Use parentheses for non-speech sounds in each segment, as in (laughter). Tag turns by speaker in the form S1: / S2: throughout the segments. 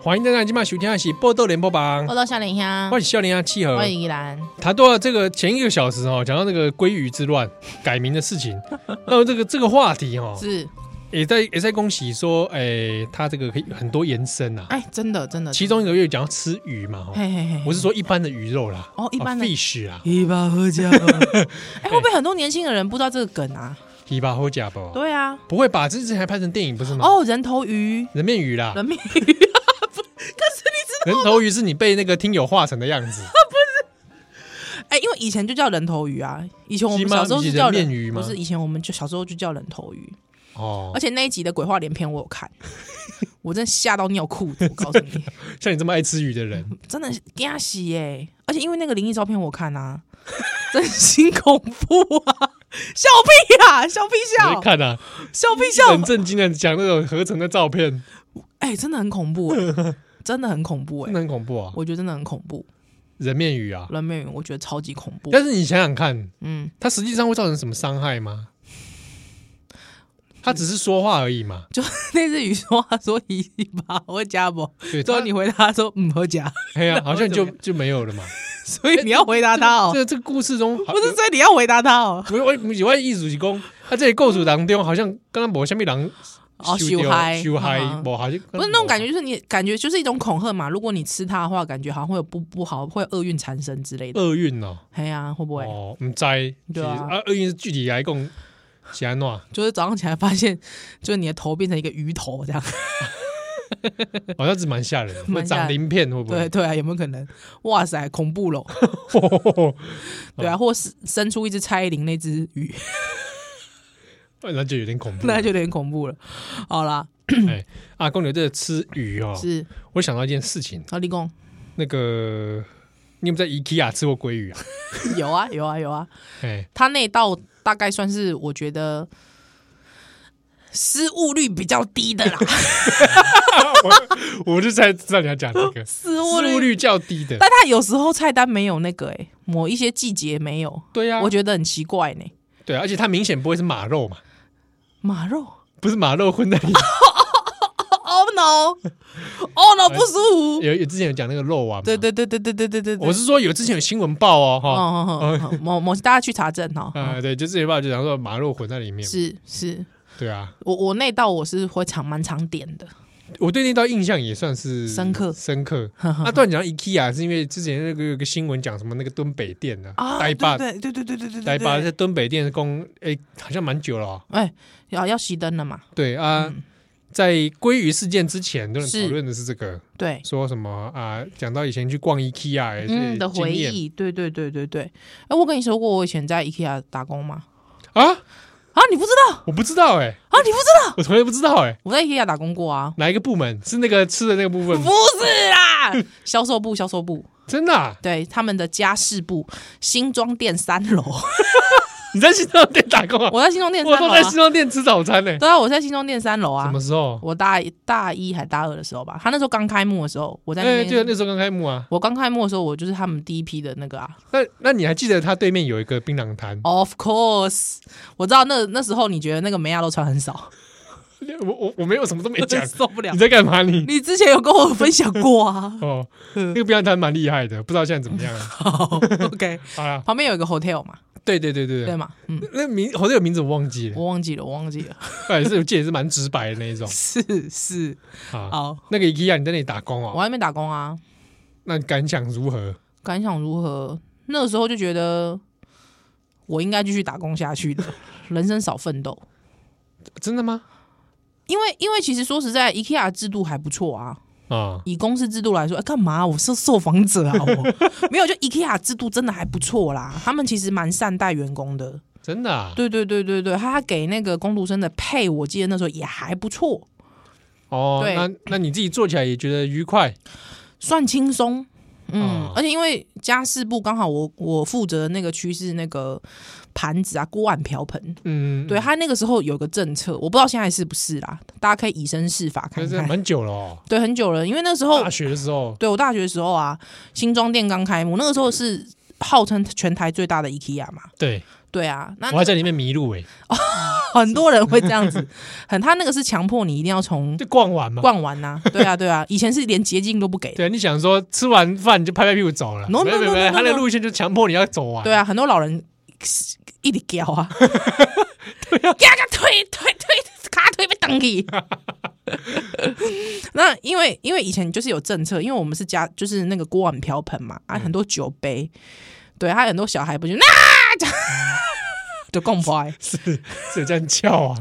S1: 欢迎大家今晚收听的是《波豆联播榜
S2: (laughs) 我》，到笑脸乡，
S1: 欢迎笑脸啊，契合
S2: 我。宜兰，
S1: 谈到这个前一个小时哦，讲到那个鲑鱼之乱改名的事
S2: (laughs)
S1: 情，那么这个这个话题哦，
S2: 是
S1: 也在也在恭喜说，哎，它这个可以很多延伸啊。
S2: 哎，真的真的，
S1: 其中一个月讲到吃鱼嘛，哦
S2: 嘿嘿嘿，
S1: 我是说一般的鱼肉啦，啊
S2: 哦一般的
S1: fish 啦，
S2: (laughs) 一把喝酒， (laughs) 哎，会不会很多年轻的人不知道这个梗啊？
S1: 提巴或假不？
S2: 对啊，
S1: 不会吧？这之前还拍成电影不是吗？
S2: 哦，人头鱼，
S1: 人面鱼啦，
S2: 人面
S1: (laughs)
S2: 鱼，不，可是你知
S1: 人头鱼是你被那个听友画成的样
S2: (laughs)
S1: 子，
S2: 哎，因为以前就叫人头鱼啊，以前我
S1: 是
S2: 们
S1: 吗
S2: 小时候
S1: 以
S2: 是
S1: 前
S2: 叫
S1: 人面鱼吗
S2: 不是以前我们就小时候就叫人头鱼，
S1: 哦
S2: 而，且那一集的鬼话连篇我有
S1: (laughs)
S2: 看，我真的吓到尿裤子，我告诉你，
S1: 像你这么爱吃鱼的人，
S2: 真的惊喜耶！而且因为那个灵异照片我看啊，真心恐怖啊！笑屁啊，笑屁
S1: 你在，
S2: 笑
S1: 看啊，
S2: 笑屁
S1: 很
S2: 笑！
S1: 震惊的讲那种合成的照片，
S2: 哎、真的很恐怖、哎，真的很恐怖哎、
S1: 真的很恐怖啊，
S2: 我觉得真的很恐怖，
S1: 人面鱼啊。
S2: 人面鱼我觉得超级恐怖。
S1: 但是你想想看，
S2: 嗯，
S1: 它实际上会造成什么伤害
S2: (laughs)
S1: 吗？它只是说话而已嘛，
S2: 那只鱼说话说一吧，我加不？
S1: 对，
S2: 之后
S1: 它
S2: 你回答说嗯，
S1: (laughs)
S2: 我加，
S1: 哎
S2: (laughs)
S1: 呀，好像
S2: 怎
S1: 就
S2: 么样
S1: 就没有了嘛。
S2: 所以你要回答他
S1: (laughs)
S2: 哦、
S1: 这这个故事中好
S2: (laughs) 不是，所以你要回答他哦、
S1: 不是我我我意思是讲，他这里构筑当中好像刚刚无虾米人 (laughs)
S2: 哦
S1: 到
S2: 受害
S1: 受害
S2: 嗯，
S1: 无好像
S2: 不是那种感觉，就是你感觉就是一种恐吓嘛。如果你吃它的话，感觉好像会有不不好，会有厄运缠身之类的。
S1: 厄运哦，
S2: 哎呀、会不会？
S1: 哦，唔知是
S2: 对啊
S1: 啊，厄运是具体来讲是安
S2: (laughs)
S1: 怎？
S2: 就是早上起来发现，就是你的头变成一个鱼头这样。
S1: 好像是哦蛮吓人的，会
S2: 蛮吓人
S1: 长鳞片会不
S2: 对
S1: 会？
S2: 对啊，有没有可能？哇塞，恐怖咯！对啊，或是伸出一只蔡依林那只鱼，
S1: 那就有点恐怖。
S2: (laughs) 那就有点恐怖了。好啦，
S1: 啊，公牛这个吃鱼哦，
S2: 是
S1: 我想到一件事情，
S2: 好立功，
S1: 那个你有没有在 IKEA 吃过鲑鱼
S2: (laughs)
S1: 啊？
S2: 有啊有啊有啊，
S1: 哎，
S2: 他那道大概算是我觉得失误率比较低的啦，
S1: 我就在知道你要讲这个，
S2: 失误
S1: 失误
S2: 率。
S1: 率较低的，
S2: 但他有时候菜单没有那个哎、某一些季节没有，
S1: 对啊
S2: 我，觉得很奇怪呢、
S1: 对啊，而且它明显不会是马肉嘛，
S2: 马肉
S1: 不是马肉混在里面。
S2: 哦，Oh no，Oh no，不舒服。
S1: 有有之前有讲那个肉丸嘛，
S2: 对对对对对对对对，对
S1: 我是说有之前有新闻报哦，
S2: 哦
S1: 哈，
S2: 哦哦，哦某某大家去查证哈。
S1: 啊，对，就之前报就讲说马肉混在里面，
S2: 是是，
S1: 对啊，
S2: 我我那道我是会常蛮常点的，
S1: 我对那道印象也算是
S2: 深刻
S1: 深
S2: (laughs)
S1: 刻。啊，突然讲到 IKEA 是因为之前那个有个新闻讲什么那个敦北店的
S2: 啊，
S1: 呆
S2: 对
S1: 爸
S2: 对对对对对对
S1: 呆爸
S2: 对
S1: 在
S2: 对，
S1: 敦北店工，哎，好像蛮久了哦，
S2: 哎，要要熄灯了嘛？
S1: 对啊
S2: 嗯。
S1: 在鲑鱼事件之前，很多人
S2: 是
S1: 讨论的是这个，
S2: 对，
S1: 说什么啊？讲到以前去逛 IKEA 哎
S2: 嗯的
S1: 经
S2: 回
S1: 验
S2: 忆，对对对对对。哎，我跟你说过我以前在 IKEA 打工吗？
S1: 啊，
S2: 啊，你不知道
S1: 我不知道哎，
S2: 啊，你不知道
S1: 我从来不知道哎，
S2: 我在 IKEA 打工过啊？
S1: 哪一个部门是那个吃的那个部分
S2: 不
S1: 吗？
S2: 是啦，销售部销售部，
S1: 真的、啊？
S2: 对他们的家饰部新庄店三
S1: (laughs)
S2: 楼，
S1: 你在新庄店打工啊？
S2: 我在新庄店
S1: 我
S2: 三楼
S1: 都
S2: 啊
S1: 在，新庄店吃早餐呢、
S2: 对啊，我在新庄店三楼
S1: 什
S2: 啊
S1: 么。时候？
S2: 我大一大一还大二的时候吧，他那时候刚开幕的时候，我在
S1: 哎、
S2: 那
S1: 对，
S2: 边
S1: 那时候刚开幕啊。
S2: 我刚开幕的时候，我就是他们第一批的那个啊。
S1: 那那你还记得他对面有一个槟榔
S2: (laughs)
S1: 摊？
S2: Of course，我知道那那时候你觉得那个梅亚都穿
S1: (laughs)
S2: 很少，
S1: 我我我没有什么都没
S2: (laughs) 我
S1: 讲
S2: 真。受不
S1: (laughs)
S2: 了
S1: 你。在干嘛
S2: (laughs)
S1: 你？。
S2: 你之前有跟我分享过啊
S1: (laughs) 哦，那
S2: 嗯
S1: 个槟榔摊蛮厉害的，不知道现在怎么样
S2: (laughs)
S1: 啊？
S2: 好，OK，
S1: 好啦，
S2: 旁边有一个 hotel 嘛，
S1: 对对对对
S2: 对
S1: 对，
S2: 嘛？嗯，
S1: 那名好像有名字我忘记了，
S2: 我忘记了，我忘记了。 (laughs)
S1: (laughs) 哎，是我记得是蛮直白的那一种
S2: 是是，
S1: 啊。
S2: 好，
S1: 那个 IKEA 你在那里打工
S2: 我
S1: 哦，
S2: 在那边打工啊，
S1: 那你感想如何？
S2: 感想如何？那时候就觉得我应该继续打工下去的，人生少奋斗。
S1: 真的吗？
S2: 因为因为其实说实在，IKEA 的制度还不错啊。
S1: 啊，
S2: 以公司制度来说，哎、干嘛？我是受访者啊，我没有。就 IKEA 制度真的还不错啦，他们其实蛮善待员工的。
S1: 真的啊。
S2: 对对对对对，他给那个工读生的配，我记得那时候也还不错，
S1: 哦，
S2: 对
S1: 那那你自己做起来也觉得愉快
S2: 算轻松。嗯，
S1: 哦
S2: 而且因为家事部刚好我我负责的那个区是那个盘子啊、锅碗瓢盆，
S1: 嗯，
S2: 对他那个时候有个政策，我不知道现在是不是啦，大家可以以身试法
S1: 可
S2: 看
S1: 是
S2: 看。
S1: 蛮久了哦。
S2: 对，很久了，因为那时候
S1: 大学的时候，
S2: 对我大学的时候啊，新庄店刚开幕，那个时候是号称全台最大的 IKEA 嘛。
S1: 对
S2: 对啊，那
S1: 我还在里面迷路哎、
S2: 很多人会这样子，很他那个是强迫你一定要从
S1: 就逛完嘛。
S2: 逛完呐、对啊对啊，以前是连捷径都不给的，
S1: 对，你想说吃完饭你就拍拍屁股走了
S2: No, no,
S1: 没有没有
S2: no, no,
S1: 没有
S2: no,
S1: 他的
S2: no.
S1: 路线就强迫你要走完。
S2: 对啊，很多老人一直叫啊，对啊，给他推推推，卡推被等你。 (laughs) 那因为因为以前就是有政策，因为我们是家就是那个锅碗瓢盆嘛，啊，很多酒杯，对，还有很多小孩不就 (laughs) 那、啊、就更不爱，
S1: 是是有这样叫
S2: (laughs)
S1: 啊，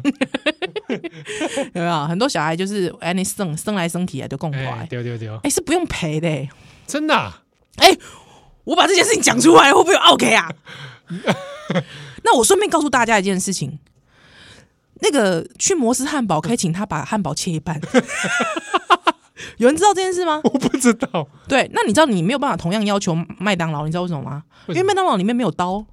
S2: 有没有？很多小孩就是哎，你生生来生去啊，就更不
S1: 哎
S2: 爱，
S1: 对对对，
S2: 哎，是不用赔的、欸。
S1: 真的啊
S2: 哎、我把这件事情讲出来，会不会有 OK (laughs) 啊？那我顺便告诉大家一件事情，那个去摩斯汉堡可以请他把汉堡切一 (laughs) 半。有人知道这件事吗？
S1: 我不知道
S2: 对，那你知道你没有办法同样要求麦当劳，你知道为什么吗？
S1: 为什么
S2: 因为麦当劳里面没有刀，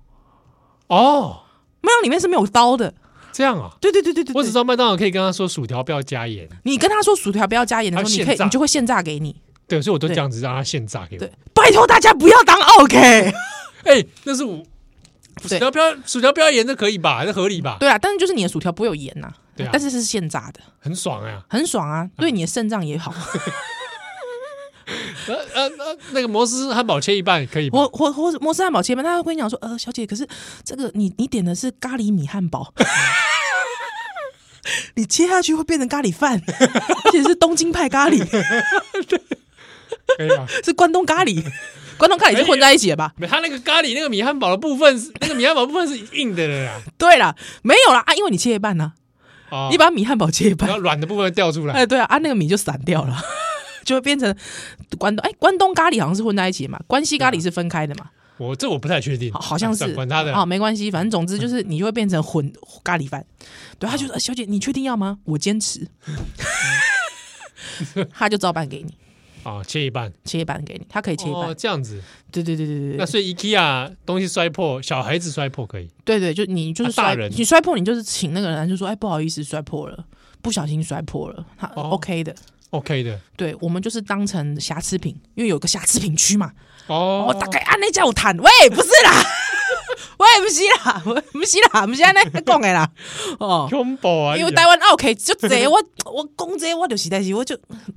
S1: 哦，
S2: 麦当劳里面是没有刀的。
S1: 这样啊，
S2: 对对对对对
S1: 我只知
S2: 对，
S1: 道麦当劳可以跟他说薯条不要加盐，
S2: 你跟他说薯条不要加盐的时候，
S1: 还有
S2: 你可
S1: 现
S2: 以
S1: 炸
S2: 你就会啊现炸给你。
S1: 对，所以我都
S2: 对
S1: 这样子让他现炸给我
S2: 对。，拜托大家不要当 OK。 (laughs)
S1: (laughs) 哎，那是我薯
S2: 对
S1: 条不要薯条不要盐，这可以吧？这合理吧？
S2: 对啊，但是就是你的薯条不会有盐呐、
S1: 对啊
S2: 但是是现炸的。
S1: 很爽啊。
S2: 很爽啊，对你的肾脏也好，
S1: 呃呃呃，那个摩斯汉堡切一半可以吧？
S2: 或或或是摩斯汉堡切面，他会跟你讲说，呃，小姐，可是这个你你点的是咖喱米汉堡， (laughs) 你切下去会变成咖喱饭，而且是东京派咖喱， (laughs)
S1: 可以吧？
S2: 是关东咖喱，关东咖喱是混在一起的吧？
S1: 没，他那个咖喱那个米汉堡的部分是那个米汉堡部分是硬的
S2: (laughs)
S1: 了啦，
S2: 对啦，没有啦啊，因为你切一半呐、
S1: 哦，
S2: 你把米汉堡切一
S1: 然
S2: 半，
S1: 后软的部分掉出来
S2: 哎，，对啊，啊那个米就散掉了。 (laughs) 就会变成关东哎，关东咖喱好像是混在一起的嘛，关西咖喱是分开的嘛，
S1: 我这我不太确定，
S2: 好好像
S1: 算
S2: 是
S1: (laughs) 管他的嗯
S2: 啊、没关系，反正总之就是你就会变成混咖喱饭。对，他就说：“呃小姐，你确定要吗？我
S1: (laughs)
S2: 坚持。”他就照办给你，
S1: 啊，切一半，
S2: 切一半给你，他可以切一半。
S1: 哦，这样子。
S2: 对对对对对
S1: 那
S2: 对
S1: 所以 IKEA 东西摔破，小孩子摔破可以，
S2: 对对，就你就是
S1: 啊大
S2: 摔，
S1: 人
S2: 你摔破，你就是请那个人就说：“哎，不好意思，摔破了，不小心摔破了。他”
S1: 哦
S2: OK 的。
S1: OK 的
S2: 对我们就是当成瑕疵品，因为有个瑕疵品区嘛。
S1: 哦
S2: 哦，大概按那叫我谈，喂，不是啦， (laughs) 喂，不是啦， (laughs) 喂不是啦，不是安尼讲的啦。哦，
S1: 恐怖啊！
S2: 因为
S1: 你
S2: 台湾 OK 就这，我 (laughs) 我讲这我就是，但是我就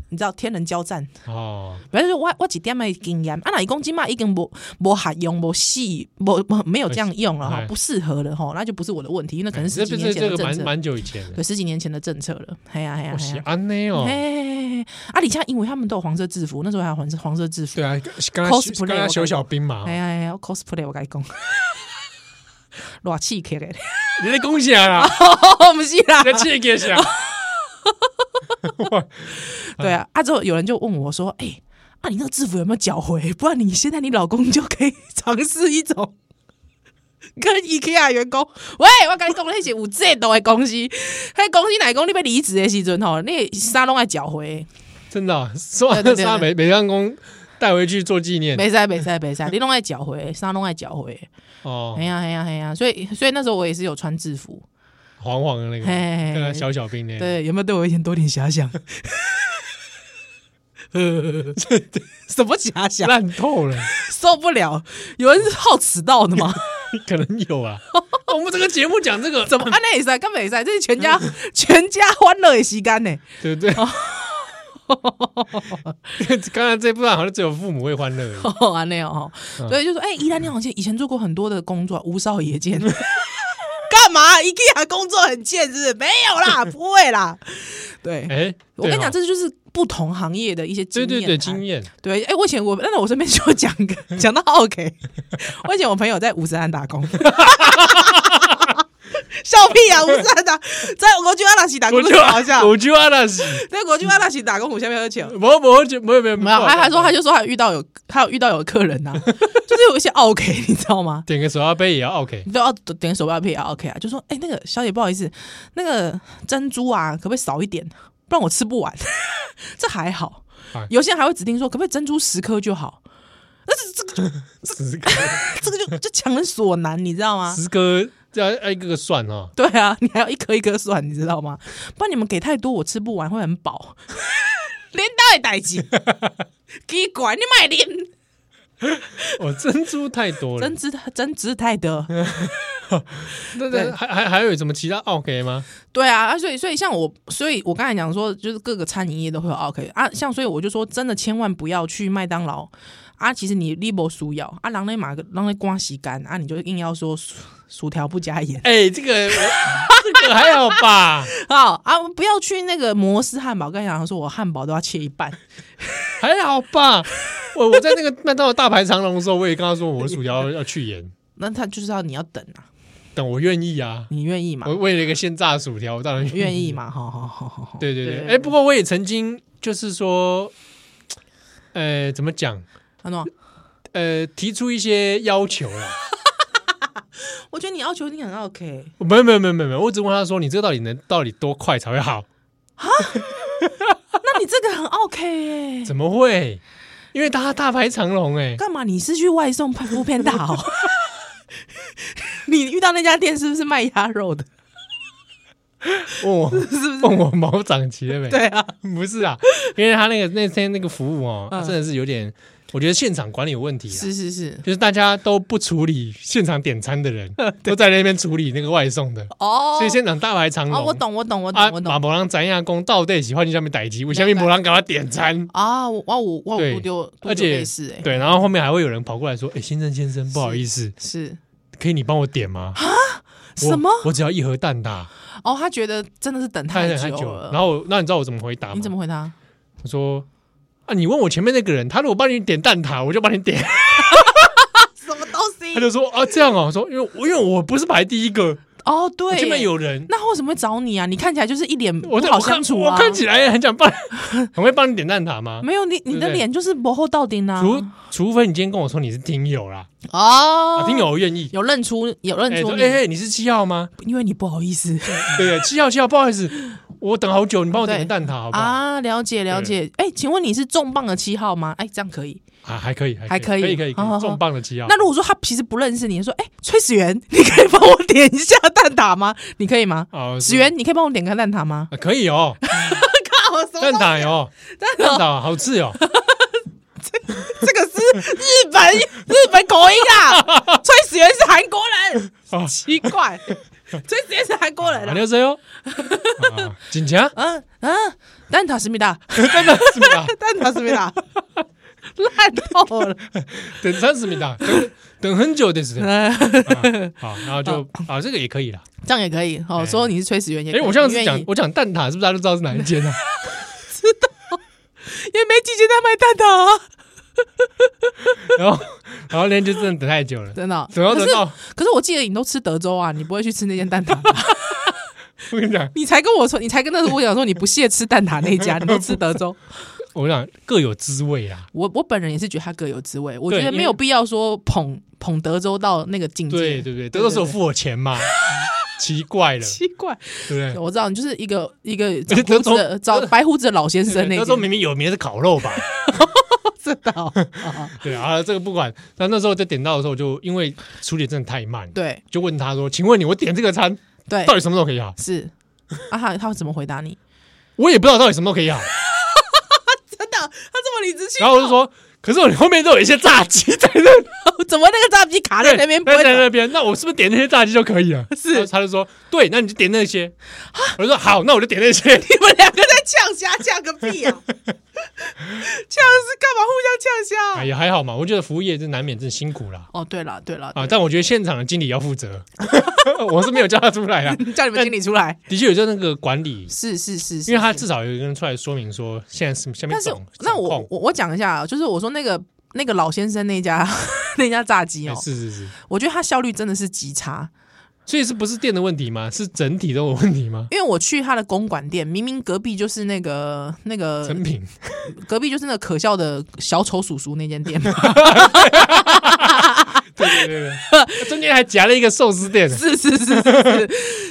S2: 你知道天人交战，
S1: 哦，
S2: 反正我我一点的经验，啊，那一公斤嘛已经无无合用，无戏，无无没有这样用了哈
S1: 哎，
S2: 不适合了哈，那就不是我的问题，那可能
S1: 这
S2: 十
S1: 这
S2: 几年前
S1: 这
S2: 的
S1: 个
S2: 政
S1: 蛮
S2: 策，
S1: 蛮久以前的，
S2: 对，十几年前的政策了，哎呀哎呀
S1: 我
S2: 哎
S1: 喜
S2: 呀。
S1: 安呢哦，
S2: 哎，啊！你像因为他们都有黄色制服，那时候还有黄色黄色制服
S1: 对，啊，刚刚
S2: Cosplay，
S1: 刚
S2: 我
S1: 刚
S2: 感
S1: 修小兵嘛
S2: 哎，呀哎呀我，cosplay 我跟你讲， (laughs) 热气
S1: (laughs)
S2: 起来，哦
S1: 你在恭喜啊
S2: (laughs)
S1: 啦，
S2: 不是啦
S1: 你，在气给啊想，
S2: 对啊，啊之后有人就问我说：“哎、啊你那个制服有没有缴回？不然你现在你老公就可以 (laughs) 尝试一种跟 IKEA 员工，喂，我跟你讲那些有制度的公司，那公司哪讲你要离职的时阵吼，你啥拢爱缴回，
S1: 真的哦说
S2: 对对对
S1: 杀
S2: 对
S1: 美美章公带回去做纪念
S2: 没赛没赛没赛，你拢爱缴回，啥拢爱缴回，
S1: 哦
S2: 哎，呀哎呀哎呀，所以所以那时候我也是有穿制服，
S1: 黄黄的那个，
S2: 嘿嘿嘿
S1: 跟他小小兵那个，
S2: 对，有没有对我一点多点遐想？呃，
S1: (laughs)
S2: 什么遐想？
S1: 烂透了，
S2: (laughs) 受不了！有人是好迟到的 (laughs) 吗？
S1: 可能有
S2: (laughs)
S1: 啊。我们这个节目讲这个，
S2: 怎么安内赛根本也赛，这是全 (laughs) 家全家欢乐的时间呢。
S1: 对不对？
S2: 哦
S1: (laughs) 刚才这部分好像只有父母会欢乐而已，
S2: 哦，安内哦，
S1: 嗯
S2: 所以就说，哎、依兰你好像以前做过很多的工作，无少野见。 (laughs) 干嘛？IKEA 工作很贱，是不是？没有
S1: (laughs)
S2: 啦，不会啦。对，
S1: 哎、
S2: 我跟你讲，
S1: 对哦
S2: 这就是不同行业的一些经
S1: 对对哦
S2: 验谈。
S1: 对经验
S2: 对，哎、我以前我，那我身边就有讲个 (laughs) 讲到 OK，我以前我朋友在五十安打
S1: (laughs)
S2: 工，笑屁啊！五十安打在国军阿拉奇打工，
S1: 我
S2: 真
S1: 就
S2: 的好笑。
S1: 我就阿那是，
S2: 在国军阿拉奇打工，我下面喝酒。
S1: 没没就没有没有
S2: (laughs) 没有，他还说他就说他遇到有他有遇到有客人呐、 (laughs) 就是有一些 OK，你 (laughs) 知道吗？
S1: 点个手摇杯也要 OK，
S2: 你都要点手表配也要 OK 啊，就说哎、那个小姐不好意思，那个珍珠啊，可不可以少一点？不然我吃不完。 (laughs) 这还好
S1: 哎，
S2: 有些人还会指定说可不可以珍珠十颗就好， (laughs)
S1: 十个
S2: 这个就就强人所难，你知道吗？
S1: 十个这样一个个算 (laughs) 哦，
S2: 对啊，你还要一颗一颗算，你知道吗？不然你们给太多，我吃不完，会很饱。 (laughs) 连到的代志，奇怪，你买连
S1: 哦我珍珠太多了
S2: 真，值真值太得，
S1: 那
S2: 对
S1: 那还还还有什么其他 OK 吗？
S2: 对啊，啊，所以所以像我，所以我刚才讲说，就是各个餐饮业都会有 OK 啊，像所以我就说，真的千万不要去麦当劳啊，其实你力不输要啊，狼那马个狼那瓜洗干啊，你就硬要说薯薯条不加
S1: (laughs)
S2: 盐
S1: 哎、这个我这个还好吧？
S2: 啊啊，不要去那个摩斯汉堡，刚才讲说我汉堡都要切一半，
S1: (laughs) 还好吧？我我在那个麦当劳大排长龙的时候，我也跟他说我的薯条要 (laughs) 去盐，
S2: 那他就是要你要等啊，
S1: 等我愿意啊。
S2: 你愿意吗？
S1: 我为了一个现炸的薯条，我当然
S2: 愿
S1: 意。
S2: 意嘛，好好好好好，
S1: 对对对，哎、
S2: 对
S1: 不过我也曾经就是说，呃，怎么讲？
S2: 安诺，
S1: 呃，提出一些要求啦。 (laughs)
S2: 我觉得你要求你很 OK，
S1: 没有没有没有没有没有，我只问他说：“你这个到底能到底多快才会好？
S2: 那你这个很 OK
S1: (laughs)
S2: 哎、
S1: 怎么会？因为他大排长龙哎、
S2: 干嘛？你是去外送派片大哦？你遇到那家店是不是卖鸭肉的？
S1: 问我
S2: 是不是？
S1: 问我毛长齐了没？
S2: 哦对啊，
S1: 不是啊，因为他那个那天那个服务哦，
S2: 嗯
S1: 真的是有点，我觉得现场管理有问题啊。
S2: 是是是。
S1: 就是大家都不处理现场点餐的
S2: (laughs)
S1: 人，都在那边处理那个外送的，
S2: 哦
S1: 所以现场大排长龙。
S2: 哦，我懂，我懂，我
S1: 啊
S2: 懂，我，
S1: 马
S2: 懂。
S1: 博人咱亚公到底喜欢去下面逮鸡，为下面博人给他点餐。
S2: 啊，我我我我
S1: 对
S2: 我丢，
S1: 而且
S2: 类似哎，
S1: 对，然后后面还会有人跑过来说：“哎，先生先生，不好意思，
S2: 是
S1: 可以你帮我点吗？”我
S2: 什么？
S1: 我只要一盒蛋挞，
S2: 哦，他觉得真的是等
S1: 太
S2: 太
S1: 太久了。
S2: 了。
S1: 然后我那你知道我怎么回答吗？
S2: 你怎么回答？
S1: 我说啊，你问我前面那个人，他如果帮你点蛋挞，我就帮你点。 (laughs)
S2: 什么东西
S1: 他就说啊，这样哦，我说因为我因为我不是排第一个，
S2: 哦，
S1: 我
S2: 对，
S1: 前面。有人，
S2: 那为什么会找你啊？你看起来就是一脸
S1: 我
S2: 不
S1: 在
S2: 好
S1: 我看
S2: 相处
S1: 我
S2: 啊。
S1: 看起来很想帮， (laughs) 很会帮你点蛋挞吗？
S2: 没有你，
S1: 对
S2: 你
S1: 不
S2: 的
S1: 对
S2: 脸就是薄厚到顶啊。
S1: 除除非你今天跟我说你是听友啦，
S2: 哦
S1: 啊，，听友我愿意。
S2: 有认出有认
S1: 哎
S2: 出
S1: 说
S2: 你，
S1: 哎哎，你是七号
S2: (laughs)
S1: 吗？
S2: 因为你不好意思。
S1: 对，七号七号，不好意思，我等好久，你帮我点个
S2: 对
S1: 蛋挞好不好？啊，
S2: 啊，了解了解。哎、请问你是重磅的七号吗？哎、这样可以。
S1: 啊还可以，还
S2: 还
S1: 可
S2: 可
S1: 以，
S2: 以
S1: 可以可以，可
S2: 好好
S1: 以
S2: 好
S1: 重磅的七号。
S2: 那如果说他其实不认识你，说哎、崔始源， (laughs) 你可以帮我点一下蛋挞吗？你可以吗？
S1: 啊，
S2: 始源，你可以帮我点个蛋挞吗？
S1: (laughs) 啊可以哦，
S2: (laughs) 靠，什
S1: 蛋
S2: (laughs)
S1: 挞哟，蛋挞好吃哦哟。
S2: 这个是日本
S1: (laughs)
S2: 日本口音啊！崔始源是韩国
S1: (laughs)
S2: 人，
S1: 哦
S2: 奇怪，崔始源是韩国人
S1: 안녕
S2: 啊。
S1: 하세요。紧
S2: (laughs)
S1: 张，
S2: 嗯嗯， (laughs) 蛋挞思密达，
S1: 真的是吧？
S2: 蛋挞思
S1: (laughs)
S2: 密达，烂透了。
S1: 等三十秒，等等很久的时
S2: (laughs)
S1: 间。啊好，然后就啊，这个也可以啦。
S2: 这样也可以哦。说你是崔始哦源也可
S1: 哎，
S2: 以，
S1: 我上次
S2: 你
S1: 讲
S2: 愿意
S1: 我讲蛋挞，是不是大家都知道是哪一
S2: (laughs)
S1: 间啊？
S2: 也没几间在卖蛋挞、啊，
S1: 然后然后那天就真的等太久了，
S2: 真的哦、
S1: 等到
S2: 可
S1: 等
S2: 是
S1: 到，
S2: 可是我记得你都吃德州啊，你不会去吃那间蛋挞吧，
S1: 我跟你讲，
S2: (laughs) 你才跟我说，你才跟那时候我讲说你不屑吃蛋挞那一 (laughs) 家，你都吃德州。
S1: 我跟你讲各有滋味啊。
S2: 我我本人也是觉得它各有滋味，我
S1: 对
S2: 觉得
S1: 因为
S2: 没有必要说捧捧德州到那个境界，
S1: 对对不对？德州是有付我钱嘛？奇怪了，
S2: (laughs) 奇怪，
S1: 对不
S2: 我知道你就是一个一 (laughs) 个长
S1: 且德
S2: 胡
S1: 州
S2: 子的、找白胡子的老先生
S1: 对？
S2: 那
S1: 德州明明有名是烤肉吧？
S2: 知道，嗯
S1: 对啊，这个不管。那那时候就点到的时候，就因为处理真的太慢，
S2: 对
S1: 就问他说：“请问你，我点这个餐
S2: 对
S1: 到底什么时候可以好？”
S2: 是啊，他他会怎么回答你？
S1: 我也不知道到底什么时候可以
S2: (laughs)
S1: 好。
S2: 真的，他这么理直气
S1: 然后我就说，可是我后面都有一些炸鸡在那
S2: 怎么那个炸鸡卡 (laughs) 在
S1: 边，
S2: 那边不会
S1: 在
S2: 走
S1: 那边，那我是不是点那些炸鸡就可以了？
S2: (laughs) 是啊
S1: 然后他就说，对，那你就点那些。我就说好，那我就点那
S2: (laughs)
S1: 些。
S2: 你们两个在呛虾，呛个屁
S1: (laughs)
S2: 啊！呛是干嘛？互相
S1: 哎
S2: 呛虾？
S1: 呀，还好嘛，我觉得服务业这难免真辛苦啦。
S2: 哦，对了，对了，
S1: 啊，但我觉得现场的经理要负
S2: (laughs)
S1: 责，我是没有叫他出来啦。
S2: 叫你们经理出来。
S1: 的确有叫那个管理，
S2: 是是是，是
S1: 因为他至少有一个人出来说明说现在哎是下面
S2: 但是
S1: 总
S2: 那
S1: 总
S2: 我
S1: 控
S2: 我我讲一下啊，就是我说那个那个老先生那家 (laughs) 那家炸鸡
S1: 哎
S2: 哦，
S1: 是是是，
S2: 我觉得他效率真的是极差。
S1: 所以是不是店的问题吗？是整体都有问题吗？
S2: 因为我去他的公馆店，明明隔壁就是那个那个
S1: 成品
S2: 隔壁就是那个可笑的小丑叔叔那间店，
S1: 对对对对，中间还夹了一个寿司
S2: (laughs)
S1: 店，
S2: 是是是是是，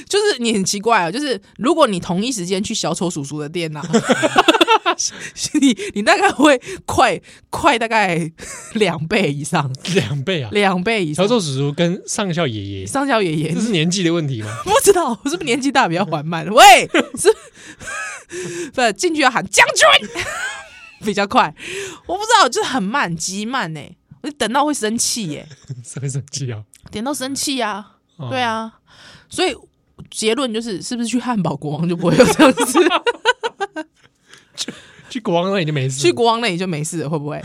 S2: 就是你很奇怪啊，就是如果你同一时间去小丑叔叔的店呐、啊， (laughs) 你你大概会快快大概两倍以上，
S1: (laughs) 两倍啊！
S2: 两倍以
S1: 小
S2: 上。
S1: 丑叔叔跟上校爷爷，
S2: 上校爷爷
S1: 这，是年纪的问题
S2: (laughs)
S1: 吗？
S2: 不知道我是不是年纪大比较缓慢？喂，是不是进去要喊将军 (laughs) 比较快？我不知道，就是很欸慢，极慢呢、我等到会生气耶、
S1: 谁会生气啊？
S2: 点到生气啊！
S1: 哦
S2: 对，啊，所以结论就是，是不是去汉堡国王就不会有这样
S1: (laughs)
S2: 子？
S1: 去国王那已经没事。
S2: 去国王那里就没事了，会不会？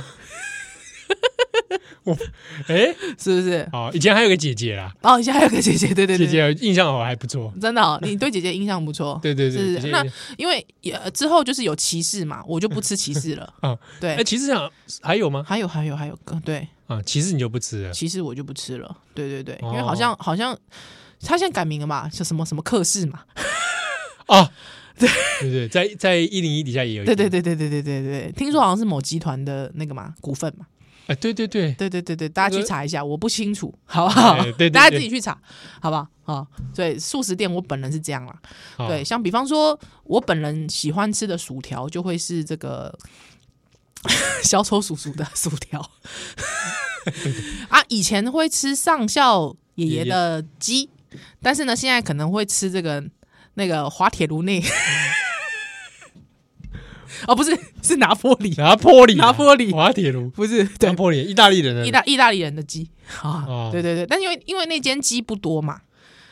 S1: 哎，
S2: 是不是？
S1: 好，以前还有个姐姐啦，
S2: 哦，以前还有个姐姐，对对
S1: 姐
S2: 对，
S1: 姐印象好还不错。
S2: 真的、哦，你对姐姐印象不错。
S1: (laughs) 对对
S2: 是
S1: 对，姐姐
S2: 那因为呃之后就是有歧视嘛，我就不吃歧视
S1: (laughs)
S2: 了。
S1: 啊，
S2: 对，
S1: 哎，其实想还有吗？
S2: 还有还有还有个对，
S1: 啊，其实你就不吃了
S2: 歧视我就不吃了。对对对，
S1: 哦
S2: 因为好像好像他现在改名了嘛，叫什么什么克氏嘛。
S1: 啊？对对对，在在一零一底下也有一
S2: 对
S1: 个。
S2: 对对对对对对对，听说好像是某集团的那个嘛股份嘛。
S1: 哎，对对对，
S2: 对对对对，大家
S1: 这个
S2: 去查一下，我不清楚，好不好？
S1: (laughs) 哎对对对
S2: 大家自己去查，好不好？啊，对，素食店我本人是这样啦。
S1: 好
S2: 对，像比方说，我本人喜欢吃的薯条就会是这个 (laughs) 小丑叔叔的薯条
S1: (laughs)
S2: 啊，以前会吃上校爷爷的鸡，但是呢，现在可能会吃这个那个滑铁卢内。
S1: 嗯
S2: (laughs) 哦，不是，是拿破
S1: (laughs)
S2: 里，
S1: 拿破里啊，
S2: 拿破里
S1: 滑铁卢，
S2: 不是对
S1: 拿，破里，意大利人啊的
S2: 意大意大利人的鸡
S1: 嗯
S2: (laughs)
S1: 哦
S2: 啊，对对对，但因为因为那间鸡不多嘛，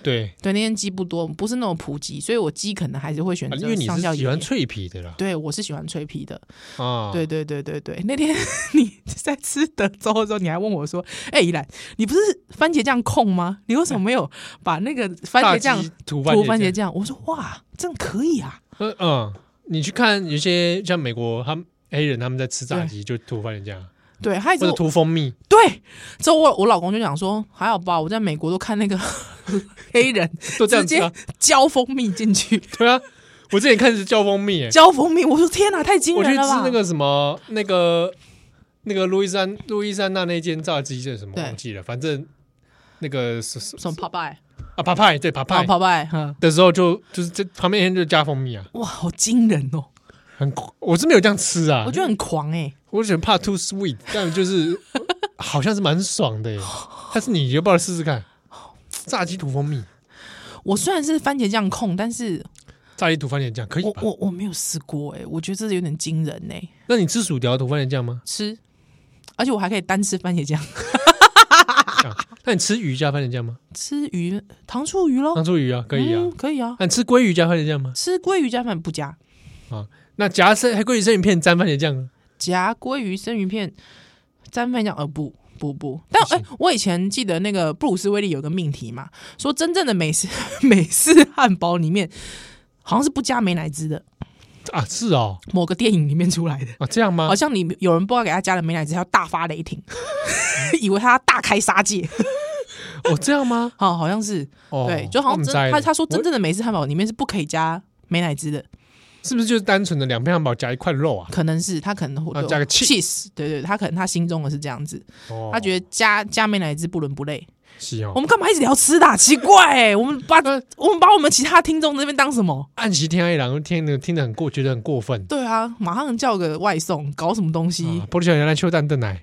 S1: 对，
S2: 对，那间鸡不多，不是那种普鸡，所以我鸡可能还是会选
S1: 啊
S2: 择
S1: 因为你
S2: 上校
S1: 是
S2: 爷
S1: 喜
S2: 爷
S1: 欢。脆皮的啦。
S2: 对，我是喜欢脆皮的。
S1: 啊，
S2: 对对对对 (laughs) 对，那天你在吃德州的时候，你还问我说：“哎、依兰，你不是番茄酱控吗？你为什么没有把那个番
S1: 哎大
S2: 茄
S1: 鸡
S2: 酱
S1: 涂
S2: 涂番
S1: 茄
S2: 茄酱？”我说：“哇，这样可以啊
S1: 呃嗯，你去看有些像美国他们黑人他们在吃炸鸡就涂番茄酱，！”
S2: 对，还有
S1: 或
S2: 一
S1: 者
S2: 次
S1: 涂蜂蜜，
S2: 对，之后我我老公就讲说：“还好吧，我在美国都看那个黑人
S1: 都这样子啊。
S2: 浇蜂蜜进去，
S1: 对啊，我之前看是叫蜂蜜、
S2: (laughs)
S1: 欸，
S2: 浇蜂蜜，我说天哪，太惊
S1: 我去
S2: 人
S1: 吃
S2: 了吧！
S1: 那个什么那个那个路易山路易山那那间炸鸡叫什么
S2: 对
S1: 忘记了，反正那个是是
S2: 什么 Popeye，
S1: 啊爬派对爬
S2: 啊
S1: 派
S2: Popeye，哈，
S1: 的时候就就是这旁边就加蜂蜜啊，
S2: 哇，好惊人哦！
S1: 很我是没有这样吃啊，
S2: 我觉得很狂哎、
S1: 我只能怕 too sweet，但就是 (laughs) 好像是蛮爽的耶。欸但是你要不要试试看？炸鸡涂蜂蜜，
S2: 我虽然是番茄酱控，但是
S1: 炸鸡涂番茄酱可以
S2: 我
S1: 吧？
S2: 我我没有试过哎、我觉得这有点惊人哎、？
S1: 那你吃薯条涂番茄酱吗
S2: 吃，而且我还可以单吃番茄酱，
S1: 嗯啊那你吃鱼加番茄酱吗？
S2: 吃鱼糖醋鱼喽，
S1: 糖醋鱼啊，可以啊。
S2: 哦嗯可以啊，
S1: 那你吃鲑鱼加番茄酱吗？
S2: 吃鲑鱼加饭不加，
S1: 那夹生还鲑鱼生鱼片沾番茄酱呢？
S2: 夹鲑鱼生鱼片沾饭酱，呃不。不不，但哎、我以前记得那个布鲁斯威利有个命题嘛，说真正的美式 (laughs) 美式汉堡里面好像是不加美乃滋的，
S1: 啊，是哦，
S2: 某个电影里面出来的。
S1: 啊这样吗
S2: 好？像你有人不知道给他加了美乃滋，他要大发雷霆， (laughs) 以为他大开杀戒，
S1: 哦这样吗？
S2: 好，好像是、
S1: 哦，
S2: (laughs) 对，就好像真他他说真
S1: 的
S2: 正的美式汉堡里面是不可以加美乃滋的，
S1: 是不是就是单纯的两片汉堡夹一块肉啊？
S2: 可能是他可能会
S1: 啊加个
S2: cheese，对对，他可能他心中的是这样子，
S1: 哦，
S2: 他觉得加加美乃滋不伦不类。
S1: 是
S2: 我
S1: 哦。
S2: 们干嘛一直聊吃的啊、奇怪、欸，我们把
S1: 那
S2: 我们把我们其他听众这边当什么？
S1: 暗棋天黑狼听得听得很过，觉得很过分。
S2: 对啊，马上叫个外送，搞什么东西？
S1: 啊玻璃小原来秋蛋炖奶。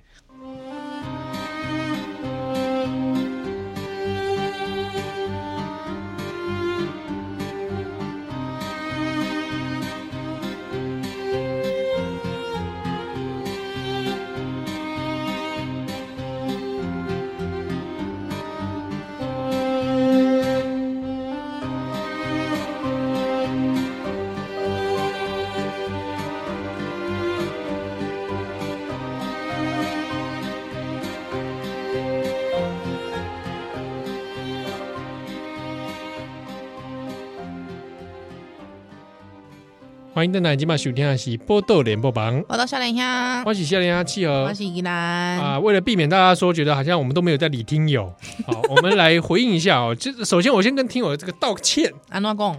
S1: 欢迎邓奶今晚收听的是《波豆联播榜》，
S2: 我到笑脸乡，
S1: 欢喜笑脸啊，企鹅
S2: 我是宜兰，
S1: 啊、为了避免大家说觉得好像我们都没有在理听友，好，我们来回应一下哦。这首先我先跟听友这个道歉，
S2: 安诺贡，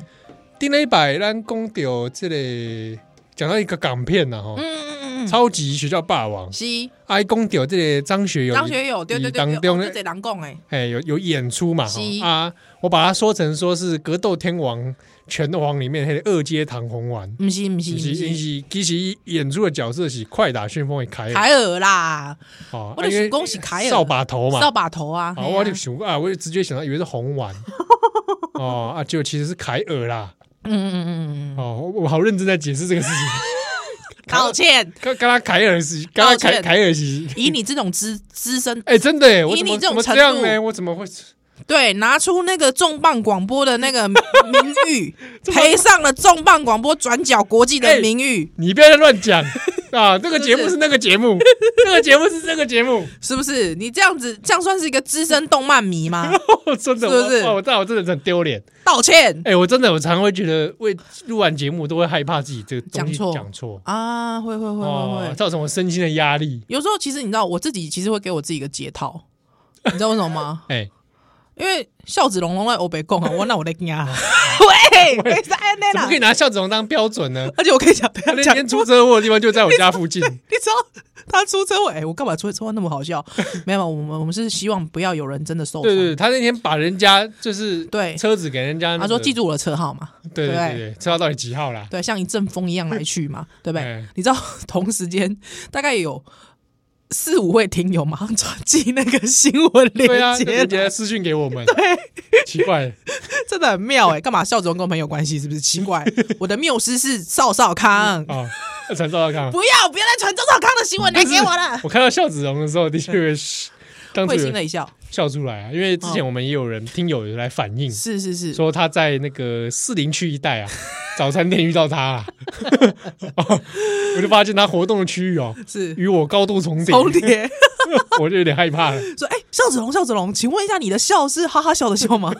S1: 丁磊百咱公丢这里讲到一个港片呐、哈、
S2: 嗯嗯嗯嗯，
S1: 超级学校霸王，
S2: 西。
S1: 哎，公丢这里张学友，
S2: 张学友，对对
S1: 当
S2: 对对，
S1: 中
S2: 哦
S1: 呢
S2: 就这人讲诶，
S1: 哎有有演出嘛
S2: 是
S1: 哈啊，我把它说成说是格斗天王拳王里面那个二阶唐红丸。
S2: 不是不是
S1: 其
S2: 不
S1: 实
S2: 是，
S1: 其实其实演出的角色是快打旋风的凯尔，
S2: 凯尔啦，
S1: 哦
S2: 我
S1: 啊
S2: 就
S1: 因为
S2: 想讲是凯尔
S1: 扫把头嘛，
S2: 扫把头啊，
S1: 啊，
S2: 嘿啊
S1: 我就想啊，我就直接想到以为是红丸， (laughs) 哦啊，就其实是凯尔啦，
S2: 嗯嗯嗯嗯嗯，
S1: 哦，我我好认真在解释这个事情，
S2: 道 (laughs) 歉，
S1: 刚刚刚凯尔是，刚刚
S2: 道
S1: 凯
S2: 歉
S1: 凯尔是，
S2: 以你这种资资深
S1: 哎，真的耶，我
S2: 以
S1: 怎
S2: 你
S1: 么
S2: 这
S1: 怎
S2: 种
S1: 么
S2: 程
S1: 这
S2: 度
S1: 样呢？我怎么会？
S2: 对，拿出那个重磅广播的那个名 (laughs) 誉，赔上了重磅广播转角国际的名誉，
S1: 你不要再乱讲啊！这个节目是那个节目，
S2: (laughs)
S1: 这个节目是这个节目，
S2: 是不是？你这样子，这样算是一个资深动漫迷 (laughs) 吗？
S1: 哦真的，
S2: 是不是
S1: 我我知道我真的很丢脸。
S2: 道歉
S1: 哎、我真的我常会觉得，为录完节目都会害怕自己这个东西
S2: 讲错
S1: 讲错，
S2: 啊，会会会会
S1: 哦
S2: 会，。
S1: 造成我身心的压力。
S2: 有时候其实你知道，我自己其实会给我自己一个解套， (laughs) 你知道为什么吗？
S1: 哎、
S2: 因为孝子龙龙在欧北贡啊，我那我在 (laughs) 惊啊，喂，别再按那
S1: 怎么可以
S2: 哎啦，
S1: 拿孝子龙当标准呢？
S2: 而且我跟你讲，不
S1: 他
S2: 要
S1: 那
S2: 讲
S1: 天出车祸的地方就在我家附近，
S2: 你知道他出车祸？哎、我干嘛出车祸那么好笑？没有，我们我们是希望不要有人真的
S1: (laughs)
S2: 受伤。
S1: 对对对，他那天把人家就是
S2: 对
S1: 车子给人家、
S2: 他说记，住我的车号嘛，
S1: 对对
S2: 对
S1: 对对，车到底几号啦？
S2: 对，像一阵风一样来
S1: (laughs)
S2: 去嘛，对不对？
S1: 哎
S2: 你知道同时间大概有四五位听友马上传寄那个新闻链
S1: 对啊，
S2: 接
S1: 人
S2: 来，
S1: 家私讯给我们，对，奇怪，
S2: 真的很妙哎、干嘛笑着跟我们有关系？是不是奇怪？我的缪斯是邵
S1: (laughs)
S2: 少康，
S1: 啊，那陈兆康，
S2: 不要不要再传周少康的新闻来给我了，
S1: 我看到孝子荣的时候，的确有当初
S2: 会心
S1: 有
S2: 了一笑，
S1: 笑出来啊，因为
S2: 哦
S1: 之前我们也有人听友有来反映，
S2: 是是是，
S1: 说他在那个士林区一带啊， (laughs) 早餐店遇到他啊， (laughs) 哦我就发现他活动的区域哦，
S2: 是
S1: 与我高度重叠，
S2: 重叠。
S1: 我就有点害怕了。
S2: 说：“哎、孝子龙，孝子龙，请问一下，你的笑是哈哈笑的笑吗？”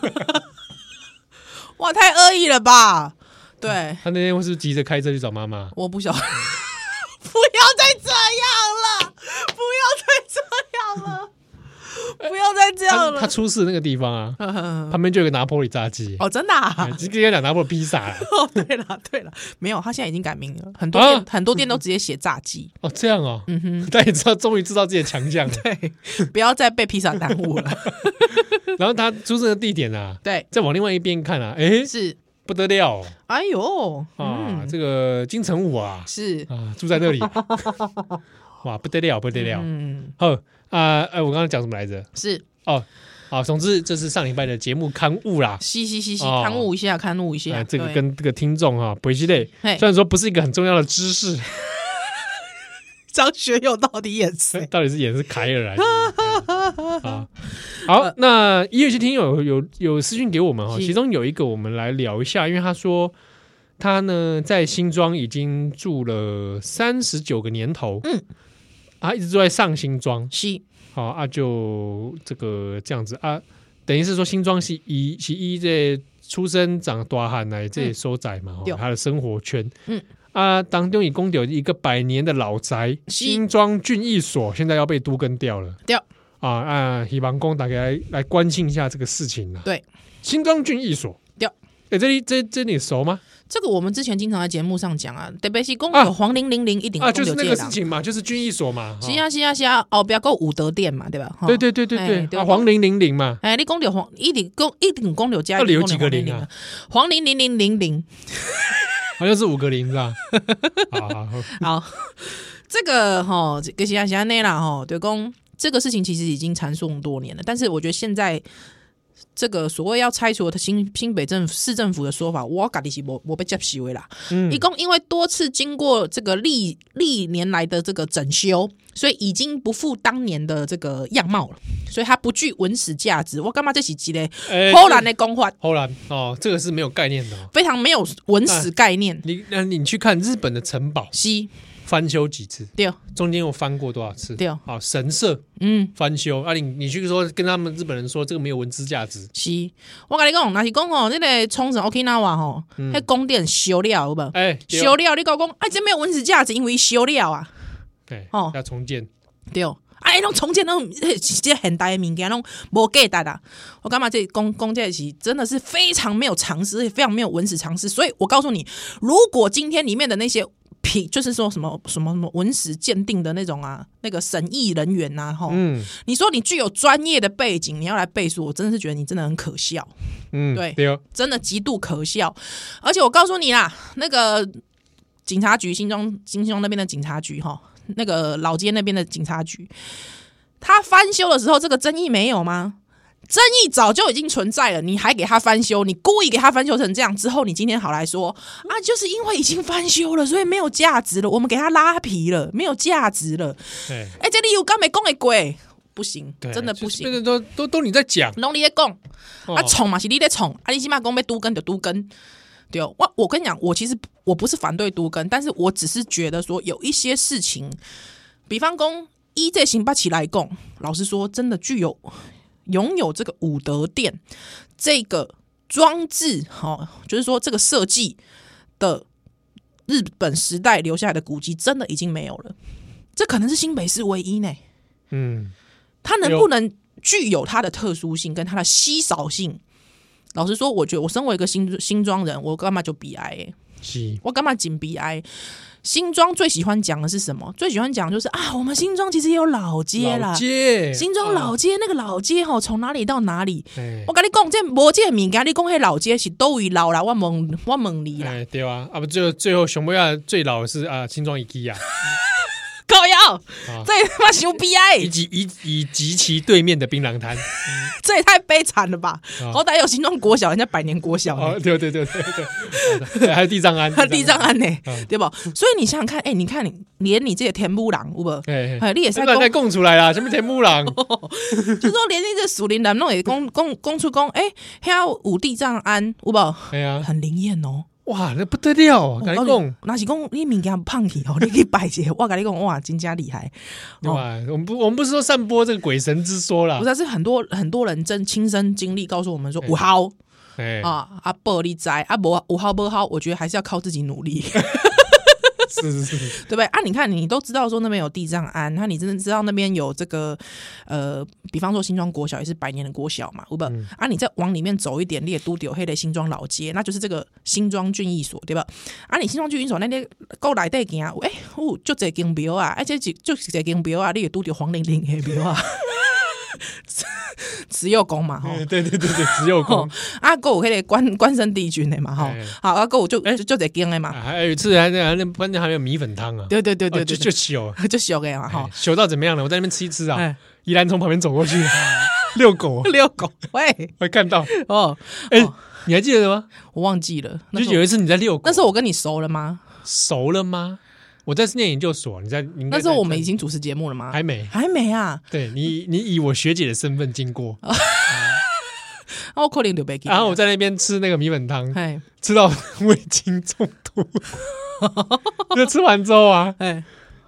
S2: (laughs) 哇，太恶意了吧？对，
S1: 他那天是不是急着开车去找妈妈，
S2: 我不晓 (laughs) 不要再这样了，不要再这样了，不要再这样
S1: 他
S2: 了
S1: 他。出事那个地方啊，旁边就有个拿破里炸鸡，
S2: 哦，真的、啊
S1: 哎？直接讲拿破里披萨啊
S2: (laughs) 哦，对了，对了，没有，他现在已经改名了，很多店、
S1: 啊
S2: 很多店都直接写炸鸡。
S1: 哦，这样哦，但也知道终于知道自己的强项了。
S2: 嗯对，不要再被披萨耽误
S1: (laughs)
S2: 了。
S1: 然后他出事的地点啊，
S2: 对，
S1: 再往另外一边看啊，哎，
S2: 是，
S1: 不得了
S2: 哎呦，
S1: 啊，
S2: 嗯，
S1: 这个金城武啊
S2: 是，
S1: 啊住在那
S2: (laughs)
S1: 里啊，哇，不得了，不得了。
S2: 嗯，
S1: 好啊，哎，我刚刚讲什么来着？
S2: 是，
S1: 哦，好，总之这是上礼拜的节目刊物啦。
S2: 嘻嘻嘻嘻，
S1: 哦
S2: 刊物一下，刊物一下，
S1: 哎，这个
S2: 对
S1: 跟这个听众啊，不是类，
S2: 嘿
S1: 虽然说不是一个很重要的知识，
S2: 张学友到底演谁？
S1: (laughs) 到底是演是凯尔还
S2: (laughs)
S1: 是啊？好，那也有一些听友有有有私信给我们哈，
S2: 呃是
S1: 其中有一个我们来聊一下，因为他说他呢在新庄已经住了三十九个年头，
S2: 嗯，
S1: 啊一直住在上新庄，
S2: 是
S1: 好啊就这个这样子啊，等于是说新庄是一是一这出生长大汉来这里收窄嘛，
S2: 对
S1: 哦他的生活圈，
S2: 嗯。
S1: 啊，当中以公有一个百年的老宅
S2: 是
S1: 新庄郡役所，现在要被都更掉了。
S2: 掉
S1: 啊啊！希望公大家来来关心一下这个事情啊。
S2: 对，
S1: 新庄郡役所
S2: 掉。
S1: 哎、这里这这你熟吗？
S2: 这个，我们之前经常在节目上讲啊，台北市公
S1: 啊
S2: 有黄零零零一顶
S1: 啊，就是那个
S2: 是
S1: 事情嘛，就是郡役所嘛。哦
S2: 啊是啊是啊，哦，不要够武德殿嘛，对吧？哈
S1: 对，对对对
S2: 哎
S1: 对，
S2: 对
S1: 啊，黄零零零嘛，
S2: 哎，你公有黄一顶公一顶公有家，
S1: 到底有
S2: 一
S1: 几
S2: 定
S1: 个
S2: 公有
S1: 零啊
S2: 黄0000？黄零零零零零，
S1: 好像是五个零是
S2: (laughs)
S1: 吧？好好好，
S2: 好，这个哈，这个是啊是啊内啦哈，对公这个事情其实已经缠讼多年了，但是我觉得现在。这个所谓要拆除的新新北政府市政府的说法，我咖喱是我我被接受的啦。
S1: 嗯
S2: 一，共因为多次经过这个历历年来的这个整修，所以已经不复当年的这个样貌了，所以它不具文史价值。我干嘛这几集嘞？
S1: 哎
S2: 波兰的公话
S1: 后来哦，这个是没有概念的、哦。
S2: 非常没有文史概念。
S1: 你那你去看日本的城堡
S2: 西
S1: 翻修几次，
S2: 对，
S1: 中间又翻过多少次？
S2: 对
S1: 好，神社
S2: 嗯
S1: 翻修啊你，你去说跟他们日本人说这个没有文资价值，
S2: 西，我跟你讲，那是讲哦，那个冲绳 Okinawa 吼，那宫殿修了有无？
S1: 哎、嗯对
S2: 修了你讲讲，哎，这没有文史价值，因为修了啊，
S1: 对
S2: 哦
S1: 哎要重建，
S2: 对。哎，拢重建拢这很大的物件拢无价值啦！我感觉这公公这是真的是非常没有常识，而且非常没有文史常识。所以我告诉你，如果今天里面的那些品，就是说什么什么什么文史鉴定的那种啊，那个审议人员呐、啊，吼，
S1: 嗯
S2: 你说你具有专业的背景，你要来背书，我真的是觉得你真的很可笑，
S1: 嗯，
S2: 对
S1: 对哦，
S2: 真的极度可笑。而且我告诉你啦，那个警察局新庄新庄那边的警察局哈，那个老街那边的警察局，他翻修的时候，这个争议没有吗？争议早就已经存在了，你还给他翻修，你故意给他翻修成这样之后，你今天好来说啊，就是因为已经翻修了，所以没有价值了，我们给他拉皮了，没有价值了。
S1: 哎
S2: 哎、这里有干没讲的过？不行，
S1: 对
S2: 真的不
S1: 就是变成
S2: 行。
S1: 都都都你在讲
S2: 拢你在讲，啊
S1: 哦
S2: 宠嘛是你在宠，啊你起码讲被都根就都根。对哦，我我跟你讲，我其实我不是反对都根，但是我只是觉得说有一些事情，比方讲依这行吧起来供，老实说，真的具有拥有这个武德殿这个装置，哦，就是说这个设计的日本时代留下来的古迹，真的已经没有了。这可能是新北市唯一呢。
S1: 嗯，
S2: 它能
S1: 有
S2: 不能具有它的特殊性跟它的稀少性？老实说，我觉得我身为一个新新庄人，我干嘛就比哀、欸？
S1: 是
S2: 我干嘛紧比哀？新庄最喜欢讲的是什么？最喜欢讲就是啊，我们新庄其实也有老街啦
S1: 老，街哦
S2: 新庄老街、那个老街吼，从哪里到哪里？
S1: 哎
S2: 我跟你讲，这无这个物件，你讲迄老街是都位老啦，我问我问你啦，
S1: 哎对啊啊不最后最后熊猫亚最老的是啊新庄一基亚
S2: 高瑶
S1: 啊，
S2: 这也他妈修逼哀
S1: 以， (laughs) 及以以及其对面的槟榔摊
S2: 这也太悲惨了吧！
S1: 啊
S2: 好歹有新庄国小，人家百年国小呢、
S1: 哦对对对对对 (laughs) 对，还有地藏庵
S2: (laughs) 他地藏庵呢
S1: 嗯，
S2: 对不？所以你想想看，哎、你看你连你这个天不郎，有哦无？
S1: 哎
S2: 哎，你也是
S1: 真的
S2: 讲，
S1: 在供出来啦，什么田木郎
S2: 就是说连那个属灵人弄也公公公出公，哎、还有五地藏庵，有无？
S1: 哎呀
S2: 很灵验哦。
S1: 哇那不得了，啊
S2: 我
S1: 赶
S2: 告
S1: 紧
S2: 诉
S1: 供
S2: 嗯你，那是讲你物件胖去哦，你去拜一下，我跟你讲，哇，真加厉害。
S1: 对吧？我们不，我们不是说散播这个鬼神之说啦
S2: 哦不，是，是很多很多人真亲身经历告诉我们说，
S1: 哎
S2: 五号
S1: 哎，
S2: 啊啊，暴力灾啊，不五号不好，我觉得还是要靠自己努力。
S1: 是是是，
S2: 对不对啊？你看，你都知道说那边有地藏庵，那你真的知道那边有这个呃，比方说新庄国小也是百年的国小嘛，对不？
S1: 嗯
S2: 啊，你再往里面走一点，你也都丢黑的新庄老街，那就是这个新庄郡役所，对吧？啊，你新庄郡役所那天够来得行，哎，哦，就这间庙啊，而且就就是这间庙啊，你也都丢黄玲玲的庙啊， (laughs) 只有公嘛吼。
S1: 哎对对对对，只有供
S2: 吼。啊，还有迄个关关圣帝君的嘛吼
S1: 哎，
S2: 好啊，还有就就就这间的嘛，
S1: 啊还有一次还那还那关键还有米粉汤啊，
S2: 对对对
S1: 哦
S2: 对对，
S1: 就就糗，
S2: 就就小个嘛吼
S1: 哎，糗到怎么样了？我在那边吃一吃啊，
S2: 哎
S1: 依然从旁边走过去 (laughs) 遛
S2: (laughs)
S1: 狗，啊
S2: 遛狗，喂，
S1: 我看到，
S2: 哦，
S1: 哎
S2: 哦，
S1: 你还记得吗？
S2: 我忘记了，那
S1: 就
S2: 时候
S1: 有一次你在遛狗，
S2: 那时候我跟你熟了吗？
S1: 熟了吗？我在念研究所，你在，你应该
S2: 那时候
S1: 在
S2: 我们已经主持节目了吗？
S1: 还没，
S2: 还没啊，
S1: 对你你以我学姐的身份经过，
S2: (laughs) 哦那我扣零刘备给，
S1: 然啊后我在那边吃那个米粉汤，
S2: 哎
S1: 吃到味精中毒， (laughs) 就吃完之后啊，
S2: 哎，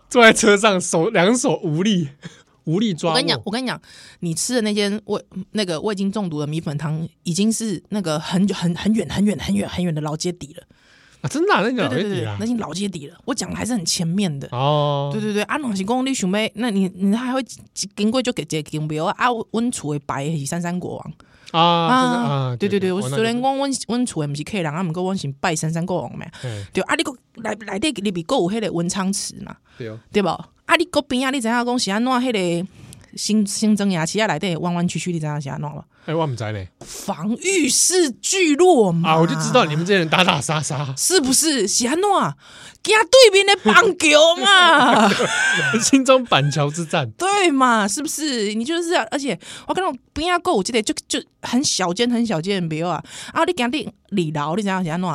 S1: 坐在车上手两手无力，无力抓
S2: 我
S1: 握。
S2: 跟你讲，我跟你讲，你吃的那间味那个味精中毒的米粉汤，已经是那个很很很远很远很远很远的老街底了，
S1: 啊，真的、啊，那你
S2: 对
S1: 老
S2: 对
S1: 月
S2: 对
S1: 底
S2: 对
S1: 啦，
S2: 那已。经老街底了。我讲的还是很前面的。
S1: 哦，
S2: 对对对，啊，暖是公你想要，那你你还会经过就给这金标啊，温厝的白是三山国王
S1: 啊啊啊，
S2: 对对对，我
S1: 哦那
S2: 虽然
S1: 就
S2: 讲温温厝的不是客人，啊，不过我是拜三山国王嘛，
S1: 嗯
S2: 对啊，你个内内底里边够有迄个文昌池嘛，
S1: 对哦，
S2: 对无啊，你嗰边啊，你知影讲是安怎迄个新新增牙齿啊，内底弯弯曲曲，你知影是安怎无？
S1: 哎，我们在嘞
S2: 防御式聚落嘛，，
S1: 啊，我就知道你们这些人打打杀杀
S2: (laughs) 是不是是安怎？惊对面的棒球嘛，
S1: 心中板桥之战，
S2: 对嘛，是不是？你就是、啊，而且我跟你讲边啊够有即个就就很小间很小间的庙啊，啊，你今日二楼你知影是安怎？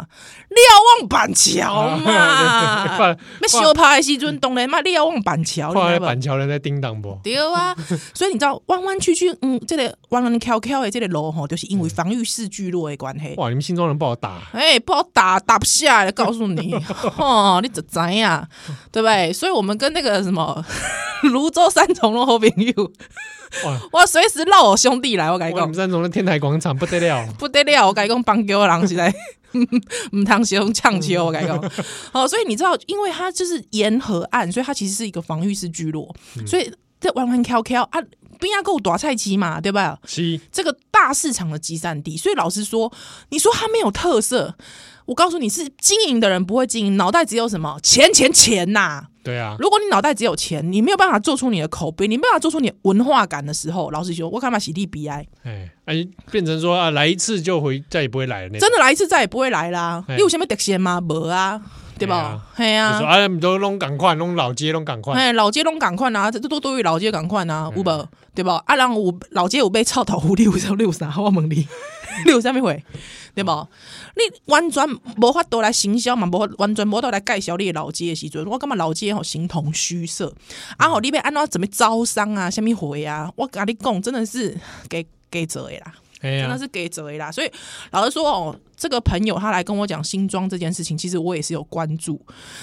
S2: 瞭望板桥嘛。
S1: (laughs) 跨
S2: 要相拍的时阵，当然嘛，你要往板桥，
S1: 跨在
S2: 你知
S1: (laughs)
S2: 道吧？
S1: 板桥人在叮当不？
S2: 对啊，所以你知道弯弯曲曲，嗯，这个弯弯翘翘的这个楼吼，就是因为防御式聚落的关系。
S1: 哇，你们新庄人不好打，
S2: 哎、不好打，打不下来，告诉
S1: (laughs)
S2: 你，哦，你怎怎样，对不对？所以我们跟那个什么 (laughs) 泸州三重龙好朋友，
S1: 哇，
S2: 我随时闹我兄弟来，我跟你
S1: 哇，你
S2: 讲，
S1: 们，三重的天台广场不得了 (laughs)
S2: 不得了，我跟你讲，帮球的人实在 (laughs) 唔通用呛球，我跟你
S1: (laughs)
S2: 讲。好，所以你知道，因为它就是沿河岸，所以它其实是一个防御式聚落，
S1: 嗯
S2: 所以这弯弯翘翘啊，边要够大菜鸡嘛，对吧？
S1: 七
S2: 这个大市场的集散地，所以老实说，你说它没有特色，我告诉你是经营的人不会经营，脑袋只有什么钱钱钱呐、
S1: 对啊，
S2: 如果你脑袋只有钱，你没有办法做出你的口碑，你没有办法做出你的文化感的时候，老实说，我干嘛洗地啊鼻哀？
S1: 哎哎，变成说啊，来一次就回，再也不会来了那种。
S2: 真的来一次再也不会来啦。
S1: 嘿
S2: 你有什么特色吗？没啊，对
S1: 嘿
S2: 吧
S1: 啊？
S2: 嘿
S1: 就说
S2: 啊，
S1: 啊，你们都弄赶快，弄老街，弄赶快，嗯
S2: 哎，老街拢赶快啊，这都都有老街赶快啊，有无？对吧？啊，然后有老街有被臭头狐狸有啥六啥，我问你， (laughs) 你有啥物货，对
S1: 嗯
S2: 无？你完全无法度来行销嘛，无法完全无法度来介绍你的老街的时阵，我感觉老街吼形同虚设。
S1: 嗯
S2: 啊，吼，你要安怎怎么招商啊，啥物货啊？我甲你讲，真的是给给折的啦。
S1: 哎
S2: 真的
S1: 呀，
S2: 是给折啦。所以老实说哦，这个朋友他来跟我讲新装这件事情，其实我也是有关注，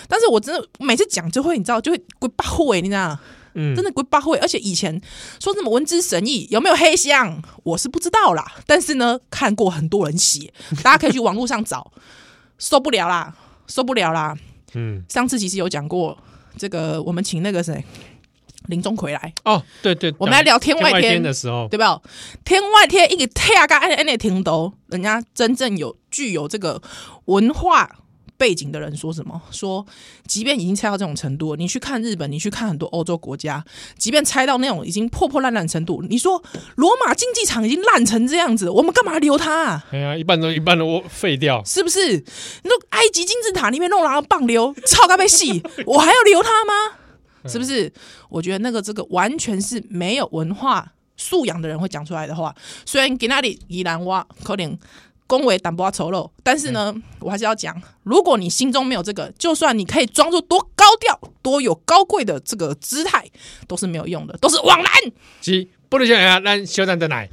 S2: 但是我真的每次讲就会你知道就会鬼八会，你知道。
S1: 嗯
S2: 真的鬼八会，而且以前说什么文之神意有没有黑箱，我是不知道啦。但是呢，看过很多人写，大家可以去网络上找，受不了啦，受不了啦。
S1: 嗯，
S2: 上次其实有讲过，这个我们请那个谁林钟馗来，
S1: 哦，对对，
S2: 我们来聊天
S1: 外
S2: 外天
S1: 的时候，
S2: 对吧？天外天一个跳个按按停头，人家真正有具有这个文化背景的人说什么？说即便已经拆到这种程度了，你去看日本，你去看很多欧洲国家，即便拆到那种已经破破烂烂的程度，你说罗马竞技场已经烂成这样子，我们干嘛留它、啊？
S1: 哎呀，一半都一半都废掉，
S2: 是不是？你说埃及金字塔里面弄了棒流， (laughs) 操他被戏，我还要留他吗？是不是？我觉得那个这个完全是没有文化素养的人会讲出来的话。虽然给那里依然哇可能恭维淡薄丑陋，但是呢，我还是要讲，如果你心中没有这个，就算你可以装作多高调、多有高贵的这个姿态，都是没有用的，都是枉然。
S1: 是不能想呀，咱小蛋的奶。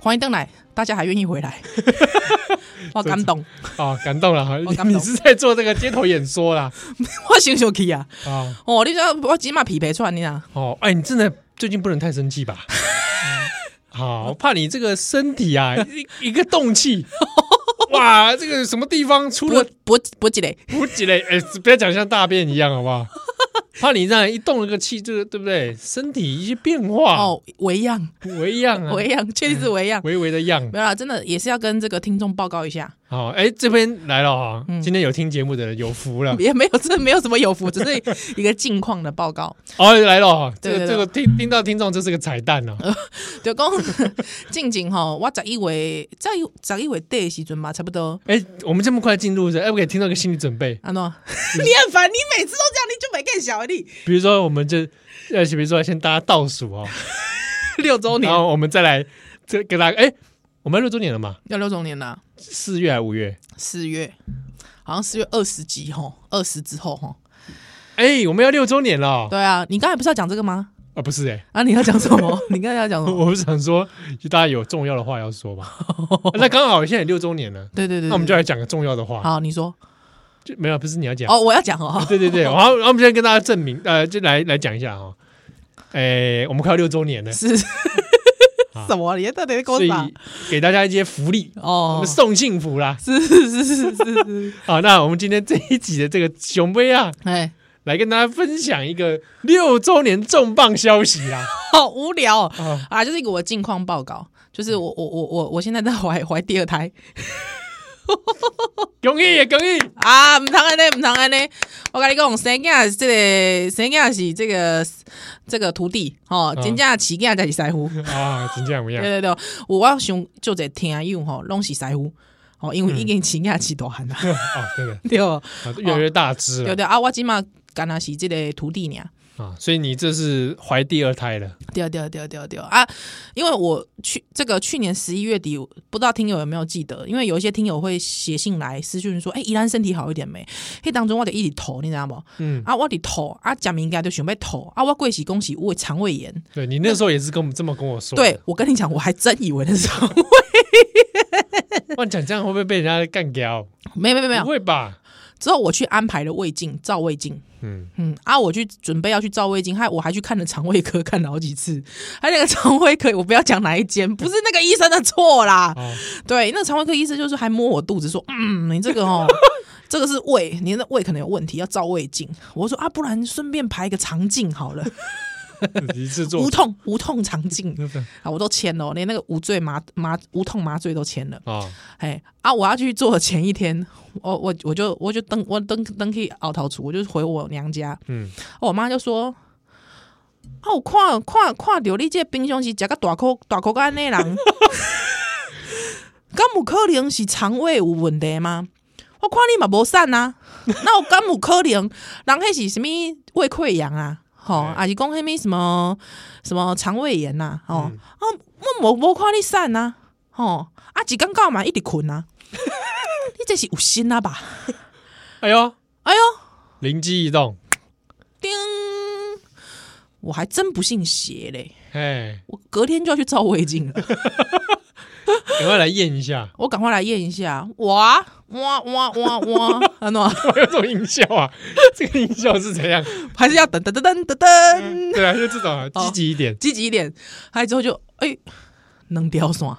S2: 欢迎登来，大家还愿意回来，我感动，
S1: 哦，感动了哈！
S2: (laughs) 我感动
S1: 你是在做这个街头演说
S2: (laughs)
S1: 啦？
S2: 我心想气啊！
S1: 啊，
S2: 哦，你知道我起码匹配出来，你知道？
S1: 哦，哎，你真的最近不能太生气
S2: (laughs)
S1: 吧？嗯好，我怕你这个身体啊，一一个动
S2: (laughs)
S1: 气，哇，这个什么地方出
S2: 不
S1: 了
S2: 不不，几嘞？
S1: 补给嘞？哎，不要讲像大便一样，好不
S2: (laughs)
S1: 好？怕你这样一动了个气，这个对不对？身体一些变化，
S2: 哦，微恙，
S1: 微恙啊，
S2: (laughs) 微恙，确实是微恙。
S1: 微微的恙。
S2: 没有啦，真的也是要跟这个听众报告一下，
S1: 好，哎，这边来了哈，
S2: 嗯
S1: 今天有听节目的人有福了，
S2: 也没有，真的没有什么有福，只是一个近况的报告。
S1: 哦，来了哈，这个
S2: 对对嗯
S1: 这
S2: 对
S1: 个听听到听众，这是个彩蛋啊。
S2: 就讲近景吼，我十一月，十一十一月底的时阵嘛，差不多。
S1: 哎，我们这么快进入这，哎，我给听到一个心理准备，
S2: (laughs) 安诺，你很烦，你每次都这样，你就没更小力。
S1: 比如说我们就，呃，比如说先大家倒数哦，
S2: (laughs) 六周年
S1: 然，后我们再来这给大家，哎，我们要六周年了嘛，
S2: 要六周年啦，
S1: 四月还五月？
S2: 四月，好像四月二十几吼，二十之后
S1: 哦
S2: 吼。
S1: 哎，我们要六周年了哦
S2: 对啊，你刚才不是要讲这个吗？
S1: 啊，不是哎，
S2: 啊，你要讲什么？ (laughs) 你刚才要讲什么？
S1: (laughs) 我不是想说，就大家有重要的话要说
S2: (laughs)
S1: 嘛，那刚好现在也六周年了，
S2: 对对对，
S1: 那我们就
S2: 对
S1: 来讲个重要的话，
S2: 嗯好，你说
S1: 就没有，不是你要讲。
S2: 哦，我要讲哦，
S1: (laughs) 对对对，然后然后我们现在跟大家证明，呃，就来来讲一下哈，诶，我们快要六周年了，
S2: 是
S1: 啊
S2: 什么？你到底在跟
S1: 所
S2: 我
S1: 以
S2: 讲？
S1: 给大家一些福利，我
S2: 哦
S1: 们，送幸福啦。
S2: 是是是是是是，
S1: 好，那我们今天这一集的这个熊杯啊，
S2: (laughs) 哎，
S1: 来跟大家分享一个六周年重磅消息啊啦。
S2: 好无聊哦
S1: 啊，
S2: 啊！就是一个我近况报告，就是
S1: 嗯
S2: 我我我我我现在在怀怀第二胎
S1: 恭喜也恭喜，
S2: 啊，唔通安尼，唔通安尼，我跟你讲，生囝是这个生囝是这个这个徒弟哦，
S1: 嗯
S2: 真正饲囝才是
S1: (laughs)
S2: 师傅。
S1: 啊，真这样不
S2: 对
S1: 样？
S2: 对对，我我想就这听友吼，拢是师傅哦，
S1: 嗯
S2: 因为已经饲囝饲大汉啦，
S1: 哦，真的，
S2: (laughs) (laughs) 对哦
S1: 啊越来越大只
S2: 对
S1: 了
S2: 对啊，我即嘛干那是这个徒弟呢。
S1: 啊，所以你这是怀第二胎了。
S2: 对啊对啊对啊对啊对啊啊！因为我去这个去年十一月底，不知道听友有没有记得？因为有一些听友会写信来私讯说：“哎、宜兰身体好一点没？”嘿，当中我得一直吐，你知道不？
S1: 嗯，
S2: 啊，我得吐啊，假应该就想要吐啊，我贵喜恭喜我有肠胃炎。
S1: 对你那时候也是跟我们这么跟我说。
S2: 对，我跟你讲，我还真以为那是肠胃，
S1: 哇，讲这样会不会被人家干掉？
S2: 没有没有
S1: 不
S2: 没有。
S1: 会吧？
S2: 之后我去安排了胃镜、照胃镜，
S1: 嗯，
S2: 嗯啊，我去准备要去照胃镜，还我还去看了肠胃科，看了好几次。 (laughs) 还那个肠胃科，我不要讲哪一
S1: (laughs)
S2: 间，不是那个医生的错啦。
S1: 哦，
S2: 对，那个肠胃科医生就是还摸我肚子说：“ (laughs) 嗯，你这个
S1: (laughs)
S2: 哦，这个是胃，你的胃可能有问题，要照胃镜。”我说：“啊，不然顺便排一个肠镜好了。”
S1: 一次 (laughs) 做
S2: 无痛 (laughs) 无痛肠镜
S1: 真的
S2: 啊，我都签了哦，连那个无罪麻麻无痛麻醉都签
S1: (laughs)
S2: 了。
S1: 啊，
S2: 哎啊，我要去做的前一天，我我我就我就登我登登去熬头厨，我就回我娘家，
S1: 嗯，
S2: 我妈就说：“啊，我看看看到你这冰箱是食个大口大口干
S1: (laughs)
S2: 的人，敢有可能是肠胃有问题吗？我看你嘛无瘦啊，那有敢有可能人迄是什物胃溃疡啊？吼、
S1: 哎
S2: 还是讲迄物什么什么肠胃炎呐、啊？吼、
S1: 嗯
S2: 啊，我无无看你瘦啊，吼、啊，一工到嘛一直困啊，你这是有心啊吧？
S1: 哎呦，
S2: 哎哟。”
S1: 灵机一动，
S2: 叮，我还真不信邪嘞！
S1: 哎，
S2: 我隔天就要去照胃镜了，
S1: 赶快来验一下， (laughs)
S2: 我赶快来验一下。哇哇哇哇哇！安诺，
S1: 有种音效啊， (laughs) 这个音效是怎样？
S2: 还是要等等等等等等，
S1: 对啊，就这种
S2: 哦
S1: 啊积极一点，
S2: 积极一点。还之后就哎，能屌算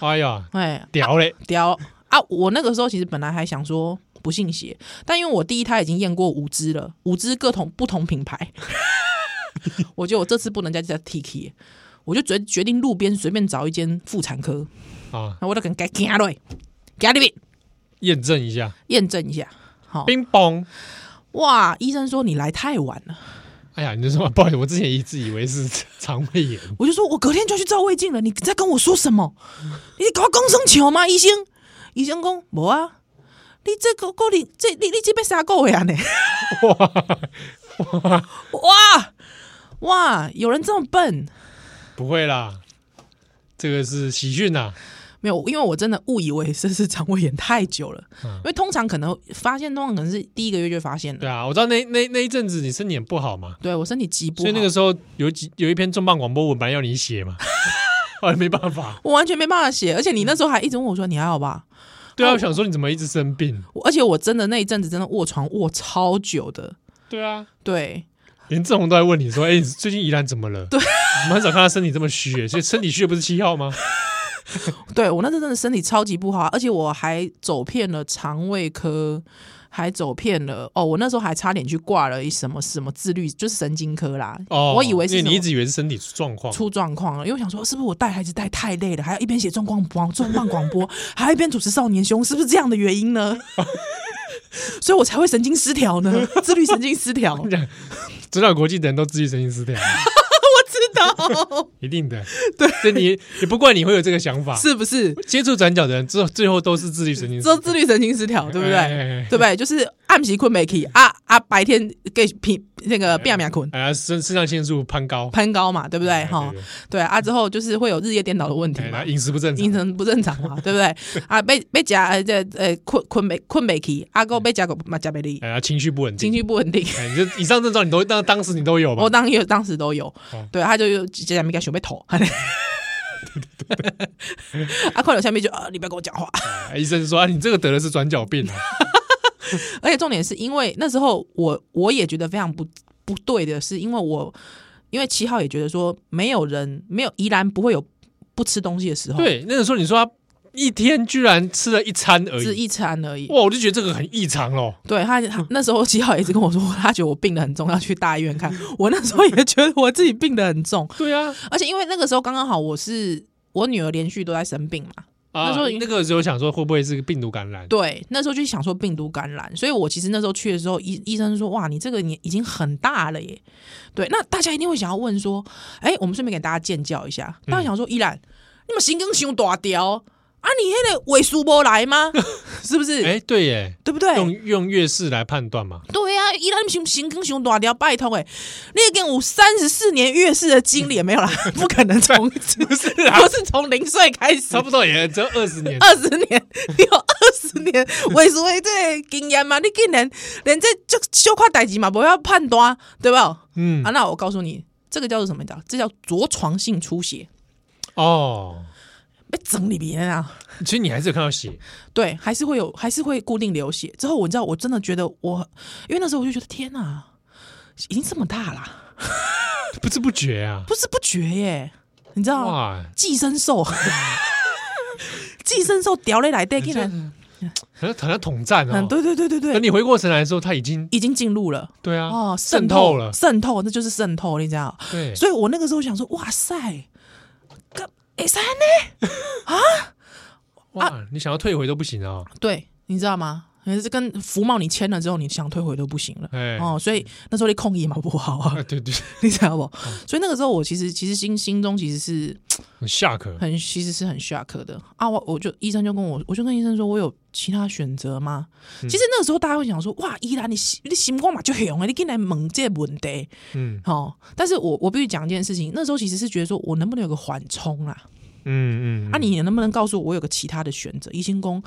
S1: 哎呀，
S2: 哎
S1: 屌嘞，
S2: 屌啊！我那个时候其实本来还想说不信邪，但因为我第一胎已经验过五支了，五支各同不同品牌， (laughs) 我觉得我这次不能再再 T K，我就决决定路边随便找一间妇产科。
S1: 啊，
S2: 那我都跟该惊落，惊入去
S1: 验证一下，
S2: 验证一下。好、
S1: 冰崩。
S2: 哇，医生说你来太晚了，
S1: 哎呀，你就说 (laughs) 不好意思，我之前一直以为是肠胃炎，
S2: 我就说我隔天就要去照胃镜了，你在跟我说什么？你搞公生球吗？医生，医生讲无啊，你这个个你这啊你你这边啥个呀呢？ (laughs) 哇哇哇！有人这么笨？
S1: 不会啦，这个是喜讯啊呐、
S2: 没有，因为我真的误以为这是肠胃炎太久了，
S1: 嗯
S2: 因为通常可能发现，通常可能是第一个月就发现了。
S1: 对啊，我知道那那那一阵子你身体很不好嘛，
S2: 对我身体极不
S1: 所
S2: 好，
S1: 以那个时候有几有一篇重磅广播文本来要你写
S2: (laughs)
S1: 嘛，后来没办法。
S2: 我完全没办法写，而且你那时候还一直问我说你还好吧？
S1: 对啊，
S2: 哦
S1: 我想说你怎么一直生病？
S2: 我而且我真的那一阵子真的卧床卧超久的，
S1: 对啊，
S2: 对
S1: 连志宏都在问你说，哎、你最近怡然怎么了？对，我们很少看他身体这么虚、欸，所以身体虚的不是七号吗？
S2: 对，我那阵真的身体超级不好，啊而且我还走遍了肠胃科，还走遍了哦，我那时候还差点去挂了一什么什么自律，就是神经科啦，
S1: 哦，
S2: (laughs) 我以为是
S1: 因
S2: 什
S1: 为
S2: 么
S1: 你一直以为是身体状况，
S2: 出状况了，因为我想说是不是我带孩子带太累了，还要一边写状况广重磅广播，还要一边主持少年凶，是不是这样的原因呢？ (laughs) 所以我才会神经失调呢，自律神经
S1: (laughs)
S2: 失调，我
S1: 指导国际的人都自律神经失调，
S2: 知道
S1: 一定的。对，所以你也不怪你会有这个想法。
S2: (laughs) 是不是？
S1: 接触转角的人，最后最后都是自律神经失
S2: 这
S1: 调，
S2: 自律神经失调，对不对？
S1: 哎哎 (laughs) 哎哎
S2: 对不对？就是暗时困没起，啊啊，白天给平那个变变困，
S1: 哎呀，肾肾上腺素攀高，
S2: 攀高嘛，对不对？
S1: 哎
S2: 哈
S1: 对对，
S2: 对啊，之后就是会有日夜颠倒的问题
S1: 哎
S2: 嘛
S1: 呀，饮食不正
S2: 精
S1: 常，
S2: 神不正常
S1: (laughs)
S2: 嘛，对不对？啊，被被夹呃这呃困困没困没起，啊个被夹个嘛夹没力，
S1: 哎呀，情绪不稳
S2: 情
S1: 定。
S2: 绪不稳定。
S1: 哎，你这以上症状你都当当时你都有吧
S2: 我？当然有当时都有
S1: 哦，
S2: 对，啊他就有这样咪该想被投， (laughs) 啊，快点下面就啊，你不要跟我讲话。
S1: 哎医生说啊，你这个得的是转角病啊。
S2: 而且重点是因为那时候我我也觉得非常不不对的是，因为我因为七号也觉得说没有人没有宜兰不会有不吃东西的时候，，
S1: 对，那个时候你说他一天居然吃了一餐而
S2: 只
S1: 已，
S2: 一餐而已。
S1: 哇，我嗯就觉得这个很异常咯。
S2: 对他，他那时候七号也一直跟我说， (laughs) 他觉得我病得很重，要去大医院看。我那时候也觉得我自己病得很重，
S1: 对啊，
S2: 而且因为那个时候刚刚好我是我女儿连续都在生病嘛，
S1: 啊，
S2: 那时候
S1: 那个时候想说会不会是病毒感染？
S2: 对，那时候就想说病毒感染，所以我其实那时候去的时候，医医生说，哇，你这个你已经很大了耶。对，那大家一定会想要问说，哎、我们顺便给大家建教一下，
S1: 嗯
S2: 大家想说，依然你们心更胸大条啊，你那个尾数波来吗？ (laughs) 是不是？
S1: 哎，对耶，
S2: 对不对？
S1: 用用月事来判断嘛。
S2: 对呀、啊，依然行行更熊大条，拜托哎，你已经有三十四年月事的经历
S1: (laughs)
S2: 也没有啦，不可能从不是
S1: 啊
S2: (laughs) 不是从零岁开始，
S1: 差，不多也只有二十年
S2: (laughs) 二十年，你有二十
S1: (laughs)
S2: 年为所谓这个经验嘛？你竟然连这就小块代志嘛，不要判断，对吧？
S1: 嗯
S2: 啊，，那我告诉你，这个叫做什么？你知道？这叫着床性出血，
S1: 哦，
S2: 被整里边啊。
S1: 其实你还是有看到血，
S2: 对，还是会有，还是会固定流血。之后我你知道，我真的觉得我，因为那时候我就觉得天哪，已经这么大啦，
S1: 不知不觉啊，
S2: 不知不觉耶，你知道吗？
S1: 哇， (laughs)
S2: 寄生兽，寄生兽屌嘞来对，
S1: 你
S2: 竟
S1: 这
S2: 然
S1: 好像好像统战哦
S2: 嗯，。对对对对
S1: 等
S2: 对，
S1: 你回过神来的时候，他已经
S2: 已经进入了
S1: 对啊，
S2: 哦，
S1: 渗
S2: 透
S1: 透了。
S2: 渗透，那就是渗透，你知道？
S1: 对，
S2: 所以我那个时候想说，哇塞，干哎三呢？
S1: 哇，你想要退回都不行啊！
S2: 对，你知道吗？也是跟福茂你签了之后，你想退回都不行了。
S1: 哎，
S2: 哦，所以那时候你控也蛮不好
S1: (laughs)
S2: 啊，
S1: 啊对对，
S2: 你知道不？
S1: 嗯
S2: 所以那个时候我其实其实心心中其实是
S1: 很下课。
S2: 很其实是很 shock 的啊！我我就医生就跟我，我就跟医生说，我有其他选择吗？
S1: 嗯
S2: 其实那个时候大家会想说，哇，依然你心你心光嘛就红啊，你进来猛这个问题
S1: 嗯
S2: 哦。但是我我必须讲一件事情，那时候其实是觉得说我能不能有个缓冲啦？
S1: 嗯嗯，
S2: 啊，你能不能告诉我，我有个其他的选择？医生讲，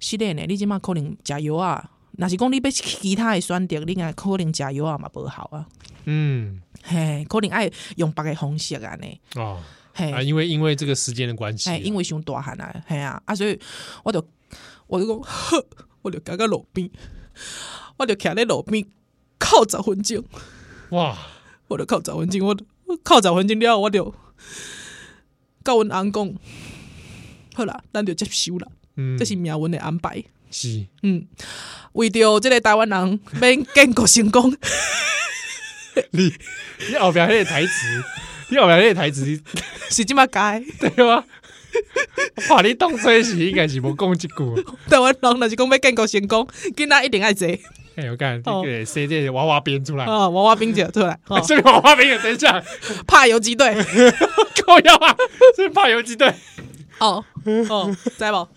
S2: 是嘞呢，你即马可能加油啊，若是讲你被其他的选择，你该可能加油啊嘛不好啊，
S1: 嗯
S2: 嘿，可能爱用别个方式安尼，
S1: 哦
S2: 嘿，
S1: 啊，因为因为这个时间的关系啊
S2: 哎，，因为伤大汉啊，系啊，啊，所以我就我就讲，呵我就行到路边，我就徛咧路边靠十分钟，
S1: 哇，
S2: 我就靠十分钟，我我靠十分钟了，我就甲阮翁讲，好啦，咱就接受啦，
S1: 嗯，
S2: 这是命运的安排。
S1: 是
S2: 嗯，为着即个台湾人免建国成功，
S1: 你你后边那个台词， (laughs) 你后边那个台词，你
S2: 是即马改。
S1: 对吗？ (laughs) 我怕你当初是应该是无讲一句， (laughs)
S2: 台湾人若是讲要建国成功，囡仔一定爱坐
S1: 哎，我看这个塞这个娃娃边出来，
S2: 啊，娃娃兵姐出来，哦
S1: (laughs) 这个娃娃边也等一下，
S2: 怕游击队。
S1: 够要啊，是怕游击 (laughs) 队，
S2: 哦哦，知无？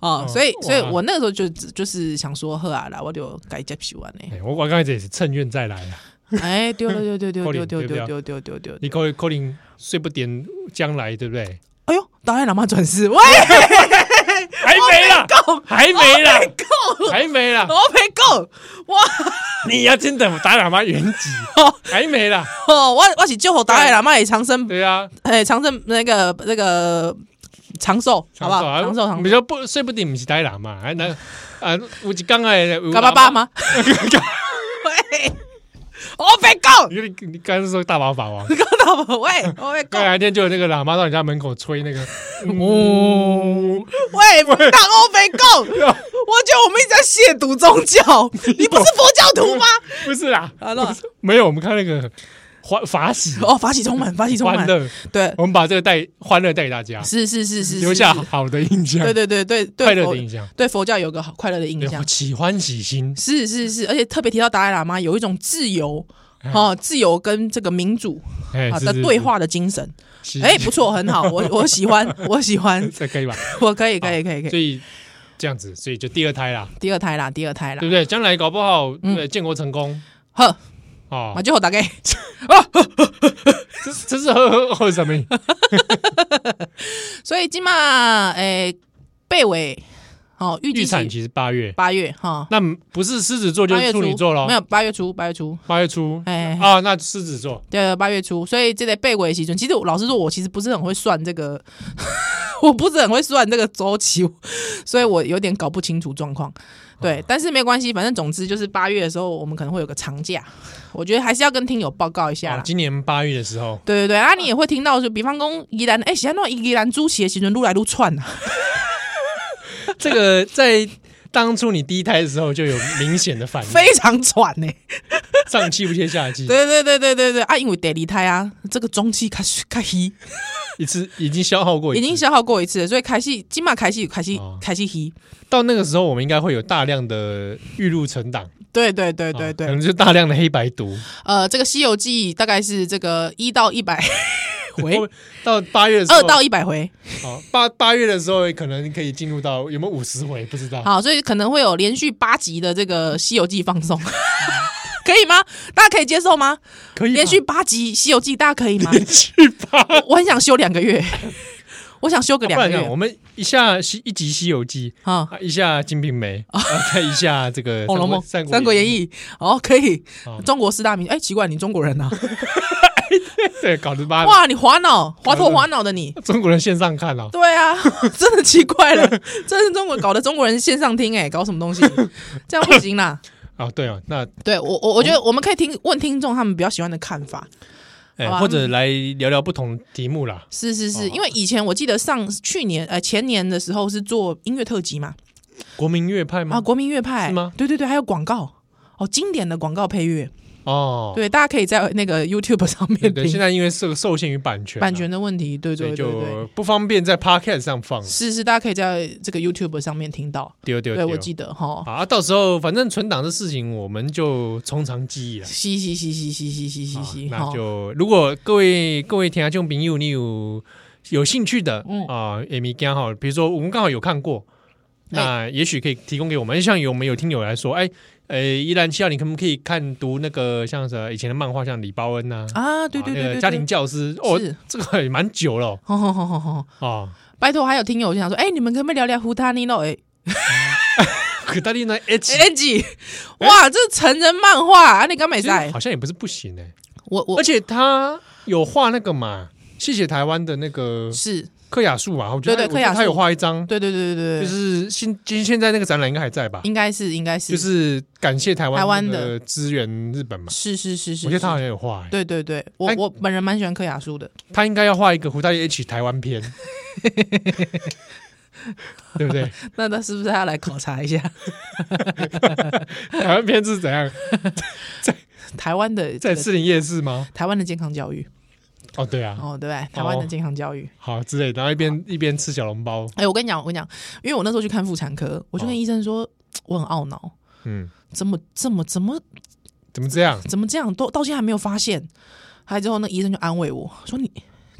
S2: 哦，所以所以我那个时候就只就是想说，好啊啦，我就该接受完嘞。
S1: 哎我我刚才这也是趁愿再来啊， (laughs)
S2: 哎，丢丢丢丢丢丢丢丢丢丢丢
S1: 你可以可能睡不点将来，对不
S2: (laughs)
S1: 对？
S2: 哎呦，导演老妈转世，喂，
S1: 还没啦，
S2: (laughs) 够
S1: 还没啦，
S2: 够，
S1: 还没啦，
S2: 我没够，哇！
S1: (laughs) 你要真的打喇嘛原
S2: (laughs)
S1: 籍，还没啦，
S2: 哦，我我是祝福导演老妈也长生，
S1: 对啊，
S2: 哎，长生那个那个长寿，好不好？长寿长
S1: 啊比
S2: 寿，
S1: 较不睡不定，不是呆喇嘛，还能啊，有一刚哎，
S2: 干巴巴？吗？ (laughs) 喂，我没够，
S1: (laughs) 你你刚才说大马
S2: (laughs)
S1: 法王，
S2: 你搞到我喂，我没够
S1: 刚。才啊那天就有那个喇嘛到你家门口吹那个，嗯哦，
S2: 喂，当欧北共，我
S1: (laughs)
S2: 觉
S1: 啊
S2: 得我们一直在亵渎宗教。你不是佛教徒
S1: (laughs)
S2: 吗？
S1: 不是啦，
S2: 啊，那
S1: 没有，我们看那个欢法喜
S2: 哦，法喜充满，法喜充
S1: 欢
S2: 满，
S1: 乐，
S2: 对，
S1: 我们把这个带欢乐带给大家，
S2: 是是是是，
S1: 哦留下
S2: 是是
S1: 好的印象，
S2: 对对对对
S1: (laughs)
S2: 对，
S1: 快乐
S2: 佛
S1: 的印象，
S2: 对佛教有个好快乐的印
S1: 对，
S2: 象。
S1: 喜欢喜心，
S2: 是是是，而且特别提到达赖喇嘛有一种自由。哦，自由跟这个民主
S1: 嗯哎
S2: 啊
S1: 是
S2: 的
S1: 是
S2: 对话的精神，
S1: 是
S2: 哎，不错，很好，
S1: (laughs)
S2: 我我喜欢，我喜欢，
S1: 这可以吧？
S2: 我可以，可以，可以，可
S1: 所
S2: 以，
S1: 以这样子，所以就第二胎啦，
S2: 第二胎啦，第二胎啦嗯
S1: 对，不对？将来搞不好，对，建国成功
S2: 呵，
S1: 啊
S2: 我，就好大概
S1: 这这是呵呵呵什么？
S2: 所以今嘛，诶、贝尾，哦， (laughs) 预计
S1: 预产
S2: 是
S1: 期是八月，
S2: 八月哈，
S1: 那不是狮子座就
S2: 八月
S1: 是处
S2: 初
S1: 女座喽
S2: 没，有八月初，八月初，
S1: 八月初
S2: 哎、
S1: 啊，那狮子座
S2: 对，八月初，所以这个贝尾期准，其实我老实说，我其实不是很会算这个， (laughs) 我不是很会算这个周期， (laughs) 所以我有点搞不清楚状况。
S1: 哦
S2: 对，但是没关系，反正总之就是八月的时候，我们可能会有个长假，我觉得还是要跟听友报告一下
S1: 啊，
S2: 啦。
S1: 今年八月的时
S2: (laughs)
S1: 候，
S2: 对对对，啊，你也会听到，就比方讲宜兰，哎、欸，现在那宜兰猪血的时阵，撸来撸串啊， (laughs)
S1: 这个在当初你第一胎的时候就有明显的反应，
S2: (laughs) 非常喘欸呢、
S1: 上气不接下气，
S2: 对对对对对对啊！因为第二胎啊，这个中期开始开始已
S1: 一次已经消耗过一次，
S2: 经消耗过一次了，所以开始起码开始开始
S1: 哦
S2: 开始吸。
S1: 到那个时候，我们应该会有大量的预录存档，
S2: 对对对
S1: 啊
S2: 对
S1: 可
S2: 对，
S1: 能就大量的黑白读，
S2: 呃，这个《西游记》大概是这个一到一百 (laughs) 回，
S1: 到八月的时候，
S2: 二到一百回，
S1: (laughs) 哦八八月的时候，可能可以进入到有没有五十回，不知道。
S2: 好，所以可能会有连续八集的这个《西游记》放送， (laughs) 可以吗？大家可以接受吗？
S1: 哦可以吧
S2: 连续八集《西游记》，大家可以吗？
S1: (laughs) 连续八，
S2: 我我很想休两个月， (laughs) 我想休个
S1: 不
S2: 两个
S1: 然讲
S2: 月
S1: 我们一下西一集《西游记》
S2: 啊，《
S1: 啊，一下《金瓶梅》，然后再一下这个《
S2: 哦 (laughs) 红楼梦》
S1: 三
S2: 《哦三国演
S1: 义》啊
S2: 义》哦，可以
S1: 好，
S2: 中国四大名，哎，奇怪，你中国人
S1: (laughs)
S2: 呐？
S1: 对，搞得妈的
S2: 哇，你滑脑，滑头滑脑的你。
S1: 中国人线上看哦，
S2: 对啊， (laughs) 真的奇怪了，这是中国搞的中国人线上听哎、搞什
S1: (laughs)
S2: 么东西？这样不行啦。
S1: 啊，对哦，那
S2: 对我我我觉得我们可以听问听众他们比较喜欢的看法，
S1: 哎
S2: 好，吧
S1: 或者来聊聊不同题目啦。
S2: 是是是，
S1: 哦
S2: 因为以前我记得上去年呃前年的时候是做音乐特辑嘛，
S1: 国民乐派
S2: 啊，
S1: 吗？
S2: 国民乐
S1: 嗯
S2: 派
S1: 是吗
S2: 对对对，还有广告哦，经典的广告配乐，
S1: 哦，
S2: 对，大家可以在那个 YouTube 上面
S1: 对对，现
S2: 听。
S1: 在因为受受限于版权啊，
S2: 版权的问题，对
S1: 所
S2: 对
S1: 以
S2: 对对，
S1: 就不方便在 Podcast 上放。
S2: 是是，大家可以在这个 YouTube 上面听到。
S1: 丢丢
S2: 对，
S1: 丢，
S2: 我记得哈，
S1: 好啊，到时候反正存档的事情我们就从长计议了。
S2: 嘻嘻嘻嘻嘻嘻嘻嘻嘻，
S1: 啊那
S2: 哈，
S1: 就如果各位各位听众朋友，你有有兴趣的
S2: 嗯
S1: 啊，也米刚好，比如说我们刚好有看过，
S2: 哎
S1: 那也许可以提供给我们。像有我们有听友来说，哎，呃，依然希望你可不可以看读那个像是以前的漫画，像李包恩呐，
S2: 啊，对对
S1: 啊那
S2: 对对，
S1: 个
S2: 对
S1: 家庭，教师哦
S2: 是，
S1: 这个也蛮久了
S2: 吼吼吼吼吼， (laughs)
S1: 哦啊。
S2: 拜托，还有听友就想说，哎，你们可不可以聊聊胡塔尼诺？哎
S1: 可大力呢
S2: 哎
S1: ，H (laughs)
S2: ，Angie，哇，这成人漫画，啊，你刚没
S1: 其实
S2: 在
S1: 好，像也不是不行哎，
S2: 我我
S1: 而且他有画那个嘛，谢谢台湾的那个
S2: 是，
S1: 柯雅树嘛，我觉得
S2: 对对
S1: 我觉得
S2: 柯雅树
S1: 他有画一张，
S2: 对对对
S1: 就
S2: 对对，
S1: 是现其实现在那个展览应该还在吧？
S2: 应该是应该是，
S1: 就是感谢台湾
S2: 台湾的
S1: 那个支援日本嘛。
S2: 是是是是，
S1: 我觉得
S2: 是
S1: 他好像有画、欸，
S2: 对对对，我
S1: 哎
S2: 我本人蛮喜欢柯雅舒的， (laughs)
S1: 他应该要画一个胡大爷 H 台湾篇，对不对？
S2: 那他是不是要来考察一下
S1: 台湾篇是怎
S2: (laughs)
S1: 样？
S2: 台湾的
S1: 在
S2: 这个
S1: 士林夜市吗？
S2: 台湾的健康教育？
S1: 哦，对啊，
S2: 哦，对不对？台湾的健康教育。
S1: 好之类的，然后一边一边吃小笼包，
S2: 哎、我跟你讲，我跟你讲，因为我那时候去看妇产科，我就
S1: 哦
S2: 跟医生说，我很懊恼，
S1: 嗯，
S2: 怎么怎么怎么
S1: 怎么这样？
S2: 怎么这样，都到现在还没有发现。还之后，那医生就安慰我说你。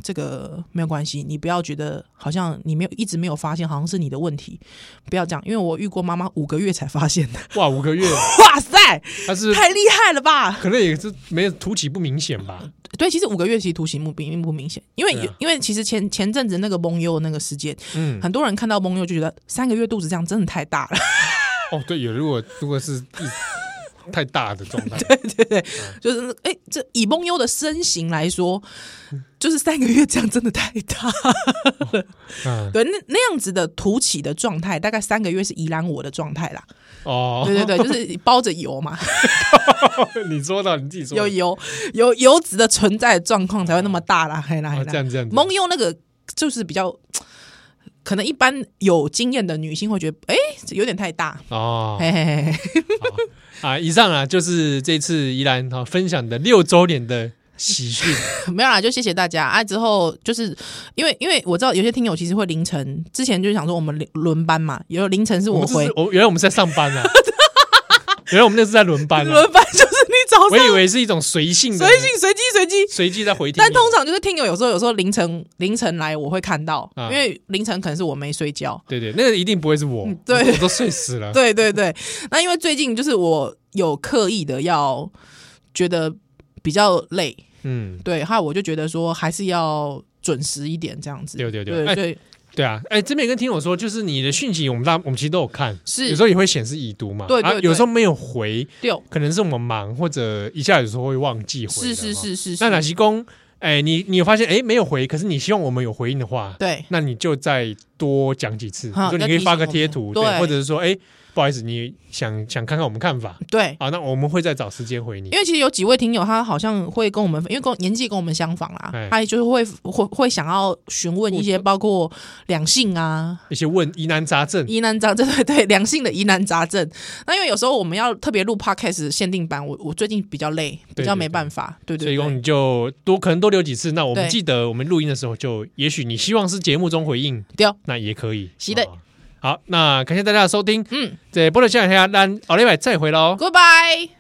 S2: 这个没有关系，你不要觉得好像你没有一直没有发现，好像是你的问题，不要这样，因为我遇过妈妈五个月才发现的。 (laughs)
S1: 哇，五个月，
S2: 哇塞，
S1: 他是
S2: (laughs) 太厉害了吧！
S1: 可能也是没有凸起不明显吧？
S2: 对，其实五个月其实图形不并不明显，因为、
S1: 对啊
S2: 因为其实前前阵子那个蒙优那个事件，
S1: 嗯，
S2: 很多人看到蒙优就觉得三个月肚子这样真的太大了，
S1: 哦，对，有如果如果是一太大的
S2: (laughs)
S1: 状态，
S2: 就是哎、这以蒙优的身形来说，就是三个月这样真的太大。
S1: 嗯，
S2: 对，那那样子的凸起的状态，大概三个月是宜兰我的状态啦。
S1: 哦， (laughs)
S2: 对对对，就是包着油嘛，
S1: 你说到你自己说的
S2: 有油有油脂的存在的状况才会那么大啦，嘿啦
S1: 哦，
S2: 嘿啦
S1: 这。样这样子，
S2: 蒙用那个就是比较，可能一般有经验的女性会觉得，哎、这有点太大。
S1: 哦
S2: 嘿嘿嘿 (laughs) 嘿，
S1: 啊！以上啊，就是这次宜兰哈、分享的六周年的喜
S2: (laughs)
S1: 讯
S2: 没有啦，就谢谢大家啊！之后就是因为因为我知道有些听友其实会凌晨，之前就是想说我们轮轮班嘛，有凌晨是
S1: 我
S2: 我
S1: 们这
S2: 回
S1: 是我原来我们是在上
S2: (laughs)
S1: 班啊，原来我们那是在轮班啊，
S2: 轮班，就是你早
S1: 我
S2: 上
S1: 以为是一种随性的
S2: 随性随机随机，
S1: 随机在回听你，
S2: 但通常就是听友有时候有时候凌晨凌晨来我会看到，
S1: 啊
S2: 因为凌晨可能是我没睡觉，
S1: 对对，那个一定不会是我，
S2: 嗯对
S1: 我我都睡死了，
S2: 对对对，那因为最近就是我有刻意的要觉得比较累，
S1: 嗯，
S2: 对，还有我就觉得说还是要准时一点这样子。
S1: 对对对
S2: 对，
S1: 哎
S2: 所以
S1: 对啊，哎，这边也跟听友说，就是你的讯息，我们大我们其实都有看，
S2: 是
S1: 有时候也会显示已读嘛，
S2: 对对
S1: 啊，
S2: 对
S1: 有时候没有回，
S2: 六
S1: 可能是我们忙或者一下有时候会忘记回的
S2: 是
S1: 哈，
S2: 是是是
S1: 那
S2: 是，
S1: 哪些工？哎，你你有发现哎没有回，可是你希望我们有回应的话，
S2: 对
S1: 那你就再多讲几次，
S2: 好
S1: 就你
S2: 要
S1: 可以
S2: 提
S1: 发
S2: 醒
S1: 个
S2: 我
S1: 贴
S2: 们
S1: 图，
S2: 对
S1: 或者是说，哎，不好意思，你想想看看我们看法
S2: 对。
S1: 啊，那我们会再找时间回你
S2: 嗯因。为其实有几位听友，他好像会跟我们，因为跟我年纪跟我们相仿啦
S1: 哎，
S2: 他也就是会会会想要询问一些包括两性啊，
S1: 一些问疑难杂症，
S2: 疑难杂症， (laughs) 对对，良性的疑难杂症。那因为有时候我们要特别录 podcast 限定版，我我最近比较累，比较没办法，对
S1: 所
S2: 对
S1: 以说
S2: 对，
S1: 你就多可能多留几次。那我们
S2: 对
S1: 记得我们录音的时候就，也许你希望是节目中回应，
S2: 对哦，
S1: 那也可以。
S2: 是的
S1: 啊好，那感谢大家的收听，
S2: 嗯
S1: 这波的下一下，那奥利百再回喽。
S2: ，Goodbye。